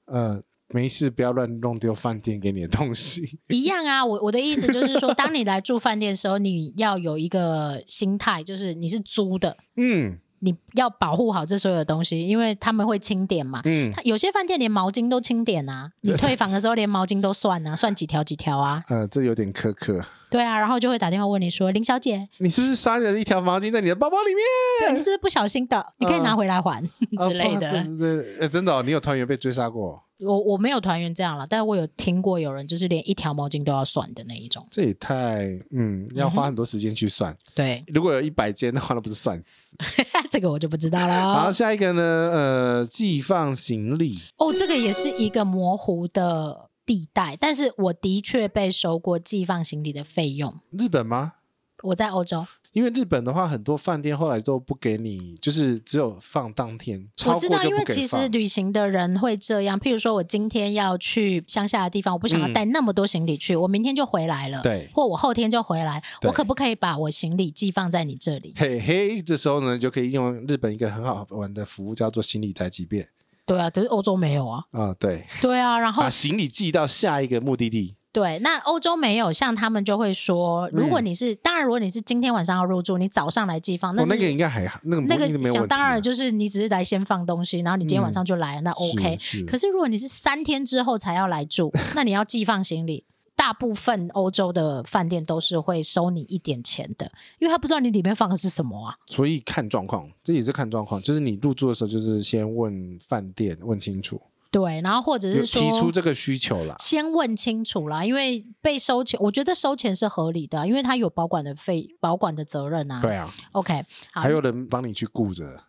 Speaker 2: 呃，没事不要乱弄丢饭店给你的东西。 [laughs]
Speaker 1: 一样啊。我我的意思就是说，当你来住饭店的时候，你要有一个心态，就是你是租的，
Speaker 2: 嗯
Speaker 1: 你要保护好这所有的东西，因为他们会清点嘛。
Speaker 2: 嗯
Speaker 1: 他有些饭店连毛巾都清点啊，你退房的时候连毛巾都算啊，算几条几条
Speaker 2: [laughs]
Speaker 1: 啊，
Speaker 2: 呃，这有点苛刻。
Speaker 1: 对啊，然后就会打电话问你说，林小姐，
Speaker 2: 你是不是塞了一条毛巾在你的包包里面
Speaker 1: 对，你是不是不小心
Speaker 2: 嗯
Speaker 1: 的？你可以拿回来还、[laughs]
Speaker 2: 啊
Speaker 1: 之类
Speaker 2: 不
Speaker 1: 的。
Speaker 2: 对对对，呃真的哦，你有团员被追杀过，
Speaker 1: 我我没有团员这样了，但是我有听过有人就是连一条毛巾都要算的那一种。
Speaker 2: 这也太嗯，要花很多时间去算。
Speaker 1: 对，
Speaker 2: 如果有一百间的话，那不是算死。
Speaker 1: [laughs] 这个我就不知道
Speaker 2: 好，
Speaker 1: 了。
Speaker 2: 下一个呢？呃，寄放行李。
Speaker 1: 哦，这个也是一个模糊的地带，但是我的确被收过寄放行李的费用。
Speaker 2: 日本吗？
Speaker 1: 我在欧洲，
Speaker 2: 因为日本的话，很多饭店后来都不给你，就是只有放当天，超
Speaker 1: 我
Speaker 2: 过
Speaker 1: 知
Speaker 2: 就
Speaker 1: 道，因为
Speaker 2: 不
Speaker 1: 其
Speaker 2: 给放
Speaker 1: 实。旅行的人会这样。譬如说，我今天要去乡下的地方，我不想要带那么多行李去，我明天就回来了，
Speaker 2: 嗯对
Speaker 1: 或我后天就回来，
Speaker 2: 对
Speaker 1: 我可不可以把我行李寄放在你这里？
Speaker 2: 嘿嘿，这时候呢，就可以用日本一个很好玩的服务，叫做行李宅急便
Speaker 1: 对啊，可是欧洲没有啊。
Speaker 2: 啊、对，
Speaker 1: 对啊，然后
Speaker 2: 把行李寄到下一个目的地。
Speaker 1: 对，那欧洲没有，像他们就会说，如果你是、当然，如果你是今天晚上要入住，你早上来寄放，
Speaker 2: 哦，
Speaker 1: 是、
Speaker 2: 那个应该还好，那个
Speaker 1: 那
Speaker 2: 那
Speaker 1: 个
Speaker 2: 没有问题啊。
Speaker 1: 想当然就是你只是来先放东西，然后你今天晚上就来了，那 OK。
Speaker 2: 是是 [laughs]
Speaker 1: 可是如果你是三天之后才要来住，那你要寄放行李。大部分欧洲的饭店都是会收你一点钱的，因为他不知道你里面放的是什么啊。
Speaker 2: 所以看状况，这也是看状况，就是你入住的时候，就是先问饭店问清楚，
Speaker 1: 对，然后或者
Speaker 2: 有
Speaker 1: 是说
Speaker 2: 提出这个需求啦。
Speaker 1: 先问清楚啦，因为被收钱，我觉得收钱是合理的啊，因为他有保管的费、保管的责任啊。
Speaker 2: 对啊，
Speaker 1: ，OK，好
Speaker 2: 还，有人帮你去顾着，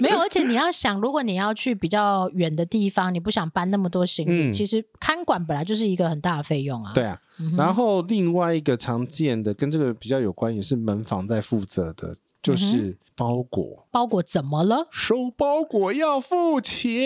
Speaker 1: 没有，而且你要想，如果你要去比较远的地方，你不想搬那么多行李，
Speaker 2: 嗯
Speaker 1: 其实看管本来就是一个很大的费用啊。
Speaker 2: 对啊。
Speaker 1: 嗯哼，
Speaker 2: 然后另外一个常见的跟这个比较有关，也是门房在负责的，
Speaker 1: 嗯
Speaker 2: 就是包裹，
Speaker 1: 包裹怎么了？
Speaker 2: 收包裹要付钱。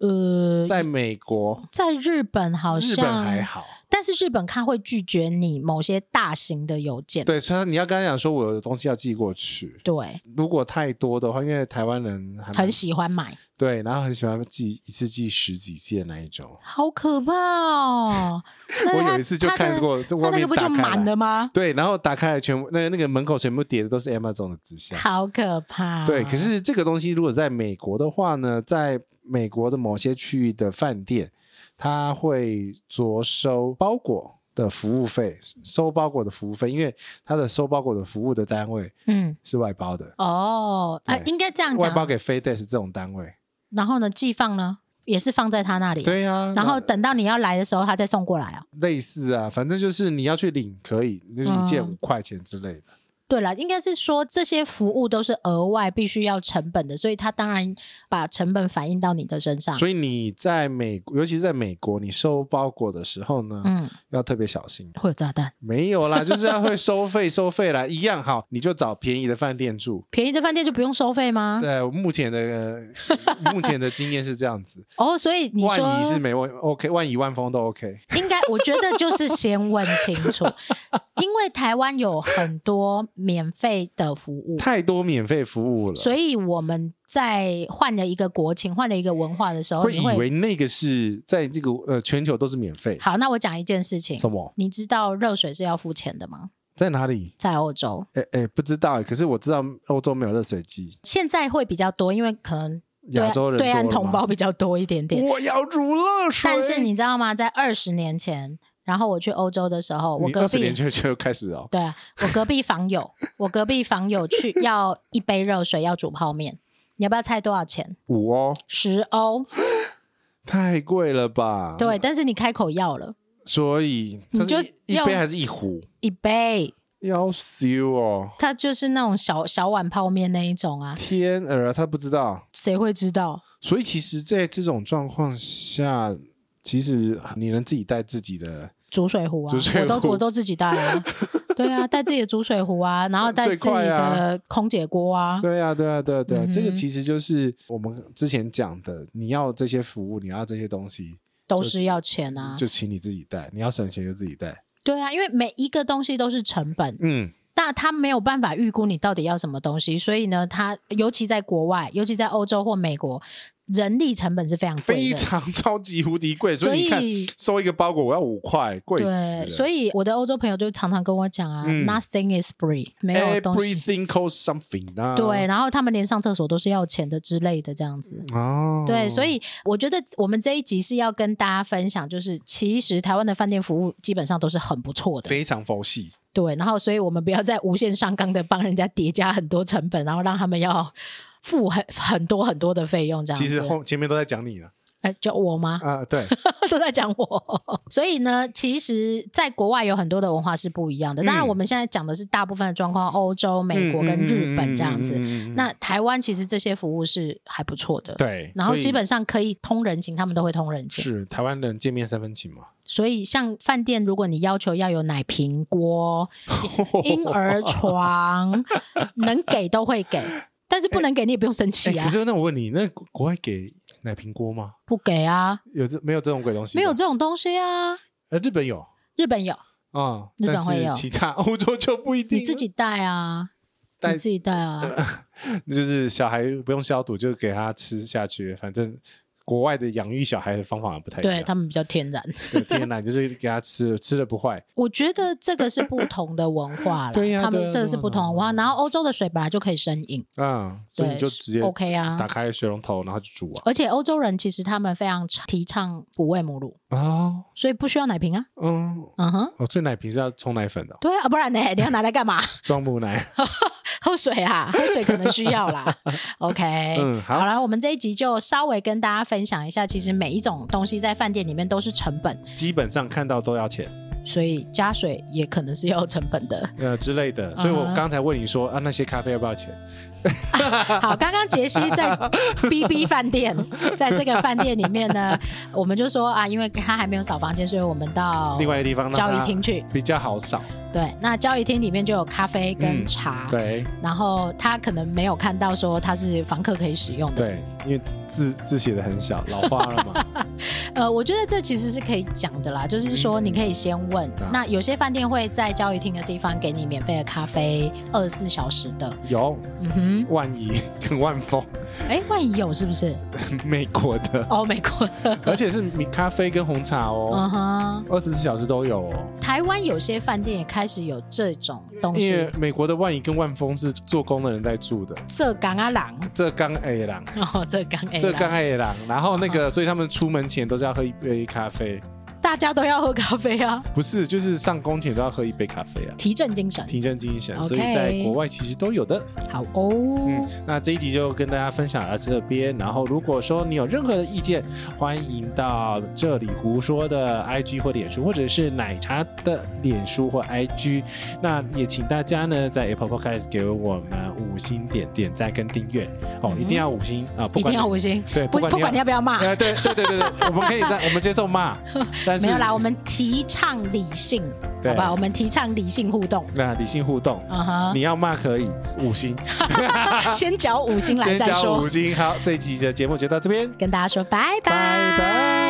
Speaker 1: 呃，
Speaker 2: 在美国，
Speaker 1: 在日本好像，
Speaker 2: 日本还好，
Speaker 1: 但是日本他会拒绝你某些大型的邮件。
Speaker 2: 对，所以你要跟他讲说，我有东西要寄过去。
Speaker 1: 对，
Speaker 2: 如果太多的话，因为台湾人还蛮
Speaker 1: 很喜欢买，
Speaker 2: 对，然后很喜欢寄一次寄十几件那一种。
Speaker 1: 好可怕
Speaker 2: [laughs]
Speaker 1: 哦！那
Speaker 2: 我
Speaker 1: 他
Speaker 2: 有一次就
Speaker 1: 他的
Speaker 2: 看过，这
Speaker 1: 他
Speaker 2: 外
Speaker 1: 那
Speaker 2: 面
Speaker 1: 个不就
Speaker 2: 打开
Speaker 1: 满
Speaker 2: 来
Speaker 1: 了吗？
Speaker 2: 对，然后打开来全部那个那个门口全部叠的都是 Amazon 的纸箱。
Speaker 1: 好可怕、哦
Speaker 2: 对，可是这个东西如果在美国的话呢，在美国的某些区域的饭店，它会着收包裹的服务费，收包裹的服务费，因为它的收包裹的服务的单位
Speaker 1: 嗯，
Speaker 2: 是外包的，
Speaker 1: 哦，啊，
Speaker 2: 对
Speaker 1: 应该这样
Speaker 2: 外
Speaker 1: 讲。
Speaker 2: 包给 FedEx 这种单位。
Speaker 1: 然后呢，寄放呢也是放在他那里，
Speaker 2: 对呀、啊，
Speaker 1: 然后
Speaker 2: 那
Speaker 1: 等到你要来的时候，他再送过来啊。
Speaker 2: 类似啊，反正就是你要去领可以，就是一件
Speaker 1: 嗯
Speaker 2: 五块钱之类的。
Speaker 1: 对了，应该是说这些服务都是额外必须要成本的，所以他当然把成本反映到你的身上。
Speaker 2: 所以你在美，尤其是在美国，你收包裹的时候呢，
Speaker 1: 嗯，
Speaker 2: 要特别小心。
Speaker 1: 会有炸弹。
Speaker 2: 没有啦，就是要会收费，收费啦，一样好，你就找便宜的饭店住。
Speaker 1: 便宜的饭店就不用收费吗？
Speaker 2: 对，我目前的、呃目前的经验是这样子，
Speaker 1: 哦，所以 [laughs] 你
Speaker 2: 万一是
Speaker 1: 说
Speaker 2: 没问 OK，万一万丰都 OK。
Speaker 1: 应该，我觉得就是先问清
Speaker 2: [laughs]
Speaker 1: 楚，因为台湾有很多免费的服务，
Speaker 2: 太多免费服务了，
Speaker 1: 所以我们在换了一个国情、换了一个文化的时候，
Speaker 2: 会
Speaker 1: 哦你
Speaker 2: 以为那个是在这个呃全球都是免费。
Speaker 1: 好。那我讲一件事情，
Speaker 2: 什么？
Speaker 1: 你知道热水是要付钱的吗？
Speaker 2: 在哪里？
Speaker 1: 在欧洲
Speaker 2: 哎哎，不知道，可是我知道欧洲没有热水机，
Speaker 1: 现在会比较多，因为可能对啊
Speaker 2: 亚洲人
Speaker 1: 对岸
Speaker 2: 多了
Speaker 1: 同
Speaker 2: 吗嗯
Speaker 1: 胞比较多一点点。
Speaker 2: 我要煮热水。
Speaker 1: 但是你知道吗？在二十年前，然后我去欧洲的时候，我
Speaker 2: 你
Speaker 1: 隔
Speaker 2: 二十
Speaker 1: 壁
Speaker 2: 年就就开始哦，
Speaker 1: 对啊，我隔壁房友，我隔壁房友去要一杯热水，要煮泡面，你要不要猜多少钱？
Speaker 2: 五哦，
Speaker 1: 十欧，
Speaker 2: 太贵了吧？
Speaker 1: 对，，但是你开口要了
Speaker 2: 所以
Speaker 1: 你
Speaker 2: 它是
Speaker 1: 就
Speaker 2: 一一
Speaker 1: 用
Speaker 2: 杯还是一壶？
Speaker 1: 一杯，
Speaker 2: 要死哦！
Speaker 1: 它就是那种小小碗泡面那一种啊，
Speaker 2: 天儿啊，他不知道，
Speaker 1: 谁会知道？
Speaker 2: 所以其实，在这种状况下，其实你能自己带自己的，
Speaker 1: 煮水壶啊，
Speaker 2: 煮水
Speaker 1: 我
Speaker 2: 壶
Speaker 1: 都我都自己带
Speaker 2: [laughs]
Speaker 1: 啊，对啊，带自己的煮水壶啊，然后带
Speaker 2: 最
Speaker 1: 自己
Speaker 2: 快啊
Speaker 1: 的空姐锅啊，
Speaker 2: 对啊，对啊，对啊，对啊，
Speaker 1: 嗯哼
Speaker 2: 这个其实就是我们之前讲的，你要这些服务，你要这些东西，
Speaker 1: 都
Speaker 2: 就是
Speaker 1: 是要钱啊，
Speaker 2: 就请你自己带，你要省钱就自己带，
Speaker 1: 对啊，因为每一个东西都是成本，
Speaker 2: 嗯，
Speaker 1: 那他没有办法预估你到底要什么东西，所以呢，他尤其在国外，尤其在欧洲或美国，人力成本是非常贵
Speaker 2: 非
Speaker 1: 的。
Speaker 2: 常超级无敌贵，所
Speaker 1: 所
Speaker 2: 以你看，
Speaker 1: 以，
Speaker 2: 收一个包裹我要五块，贵死了
Speaker 1: 对，所以我的欧洲朋友就常常跟我讲啊、
Speaker 2: 嗯哎
Speaker 1: n o t h i n g is free，没有东西。
Speaker 2: Everything costs something 啊。
Speaker 1: 对，然后他们连上厕所都是要钱的之类的，这样子。
Speaker 2: 哦，
Speaker 1: 对，所以我觉得我们这一集是要跟大家分享，就是其实台湾的饭店服务基本上都是很不错的。
Speaker 2: 非常佛系。
Speaker 1: 对，然后所以我们不要再无限上纲的帮人家叠加很多成本，然后让他们要付很很多很多的费用这样
Speaker 2: 其
Speaker 1: 子。
Speaker 2: 实后前面都在讲你了
Speaker 1: 哎，就我吗？ [laughs]
Speaker 2: 啊，对，
Speaker 1: 都在讲我。所以呢，其实在国外有很多的文化是不一样的。当然，
Speaker 2: 嗯
Speaker 1: 我们现在讲的是大部分的状况，欧洲、美国跟
Speaker 2: 嗯
Speaker 1: 日本这样子。
Speaker 2: 子
Speaker 1: 那台湾其实这些服务是还不错的。
Speaker 2: 对，
Speaker 1: 然后
Speaker 2: 所以
Speaker 1: 基本上可以通人情，他们都会通人情。
Speaker 2: 是台湾人见面三分情嘛。
Speaker 1: 所以像饭店，如果你要求要有奶瓶
Speaker 2: [laughs]
Speaker 1: 锅、婴儿床，能给都会给，但是不能给你也不用生
Speaker 2: 哎
Speaker 1: 气
Speaker 2: 可
Speaker 1: 啊，
Speaker 2: 是那我问你，那国国外给奶瓶锅吗？
Speaker 1: 不给啊，
Speaker 2: 有这没有这种鬼东西？
Speaker 1: 没有，这种东西啊。
Speaker 2: 呃，日本有
Speaker 1: 日本有，
Speaker 2: 啊，
Speaker 1: 日本
Speaker 2: 但是
Speaker 1: 会有
Speaker 2: 其他欧洲就不一定。
Speaker 1: 你自，己带啊，
Speaker 2: 带
Speaker 1: 你自
Speaker 2: 呃
Speaker 1: 己带啊。
Speaker 2: 就是小孩不用消毒，就给他吃下去，反正国外的养育小孩的方法不太一
Speaker 1: 对
Speaker 2: 样。
Speaker 1: 他们比较天然。
Speaker 2: 对，天然就是给他吃了，吃了不坏。
Speaker 1: 我觉得这个是不同的文化啦，
Speaker 2: [laughs] 对呀
Speaker 1: 他
Speaker 2: 对
Speaker 1: 们
Speaker 2: 呀
Speaker 1: 这个是不同的文化。然后欧洲的水本来就可以生饮，
Speaker 2: 嗯，所以
Speaker 1: 对
Speaker 2: 你就直接
Speaker 1: OK 啊
Speaker 2: 打。开水龙头，然后就煮啊。
Speaker 1: 而且欧洲人其实他们非常提倡不喂母乳，
Speaker 2: 哦，
Speaker 1: 所以不需要奶瓶啊。
Speaker 2: 嗯，
Speaker 1: 嗯哼，
Speaker 2: 哦，这奶瓶是要冲奶粉的哦，
Speaker 1: 对啊，不然呢？ [laughs] 你要拿来干嘛？
Speaker 2: 装母奶。 [laughs]
Speaker 1: 喝水啊，喝水可能需要啦。OK，
Speaker 2: 嗯，好
Speaker 1: 好，了，我们这一集就稍微跟大家分享一下，其实每一种东西在饭店里面都是成本，
Speaker 2: 基本上看到都要钱，。
Speaker 1: 所以加水也可能是要成本的
Speaker 2: [laughs] 呃之类的。所以我
Speaker 1: 嗯哼
Speaker 2: 刚才问你说啊，那些咖啡要不要钱？
Speaker 1: 好，刚刚杰西
Speaker 2: [laughs]
Speaker 1: 在 B B 饭店，在这个饭店里面呢， [laughs] 我们就说啊，因为他还没有扫房间，所以我们到
Speaker 2: 另外一个地方让
Speaker 1: 交易
Speaker 2: 它
Speaker 1: 厅去。
Speaker 2: 比较好扫。
Speaker 1: 对，那交易厅里面就有咖啡跟
Speaker 2: 嗯
Speaker 1: 茶，
Speaker 2: 对
Speaker 1: 然后他可能没有看到说它是房客可以使用的。
Speaker 2: 对，因为字字写的很小，老花了
Speaker 1: [laughs]
Speaker 2: 嘛。
Speaker 1: 呃，我觉得这其实是可以讲的啦，就是说
Speaker 2: 嗯
Speaker 1: 你可以先问，
Speaker 2: 啊
Speaker 1: 那有些饭店会在交易厅的地方给你免费的咖啡，二十四小时的。
Speaker 2: 有
Speaker 1: 嗯哼，
Speaker 2: 万怡跟万丰，
Speaker 1: 哎，万一有是不是？
Speaker 2: 美国的，
Speaker 1: 哦，美国的，
Speaker 2: 而且是米咖啡跟红茶
Speaker 1: 嗯
Speaker 2: 哦，
Speaker 1: 哼，
Speaker 2: 二十四小时都有哦。
Speaker 1: 台湾有些饭店也开始有这种东
Speaker 2: 因为
Speaker 1: 西，
Speaker 2: 美国的万怡跟万丰是做工的人在住的，
Speaker 1: 这港阿郎，
Speaker 2: 这刚 A 啦，
Speaker 1: 啊哦，这港 A，
Speaker 2: 这刚
Speaker 1: 郎
Speaker 2: A 啦，然后那个，所以他们出门前都是要喝一杯咖啡，
Speaker 1: 大家都要喝咖啡啊，
Speaker 2: 不是，就是上工前都要喝一杯咖啡啊，
Speaker 1: 提振精神。
Speaker 2: 提振精神。
Speaker 1: OK
Speaker 2: 所以在国外其实都有的。
Speaker 1: 好哦，
Speaker 2: 嗯，那这一集就跟大家分享到这边。然后如果说你有任何的意见，欢迎到这里胡说的 IG 或脸书，或者是奶茶的脸书或 IG。那也请大家呢在 Apple Podcast 给我们五星点点赞跟订阅哦，
Speaker 1: 嗯
Speaker 2: 一定要五星啊，不
Speaker 1: 一定
Speaker 2: 管
Speaker 1: 要
Speaker 2: 你
Speaker 1: 五星，
Speaker 2: 对，
Speaker 1: 不
Speaker 2: 管
Speaker 1: 不管你要不要骂，
Speaker 2: 呃，对对对对对，我们可以让我们接受骂，
Speaker 1: [laughs]
Speaker 2: 但是
Speaker 1: 没有啦，我们提倡理性，
Speaker 2: 对
Speaker 1: 好吧，我们提倡理性互动。
Speaker 2: 那理性互动，
Speaker 1: 嗯 [laughs] 哼，
Speaker 2: 你要骂可以五星，
Speaker 1: 先 [laughs] 找五星来
Speaker 2: 先
Speaker 1: 再
Speaker 2: 交
Speaker 1: 说
Speaker 2: 五。星。好，这一集的节目就到这边，
Speaker 1: 跟大家说拜拜，
Speaker 2: 拜拜。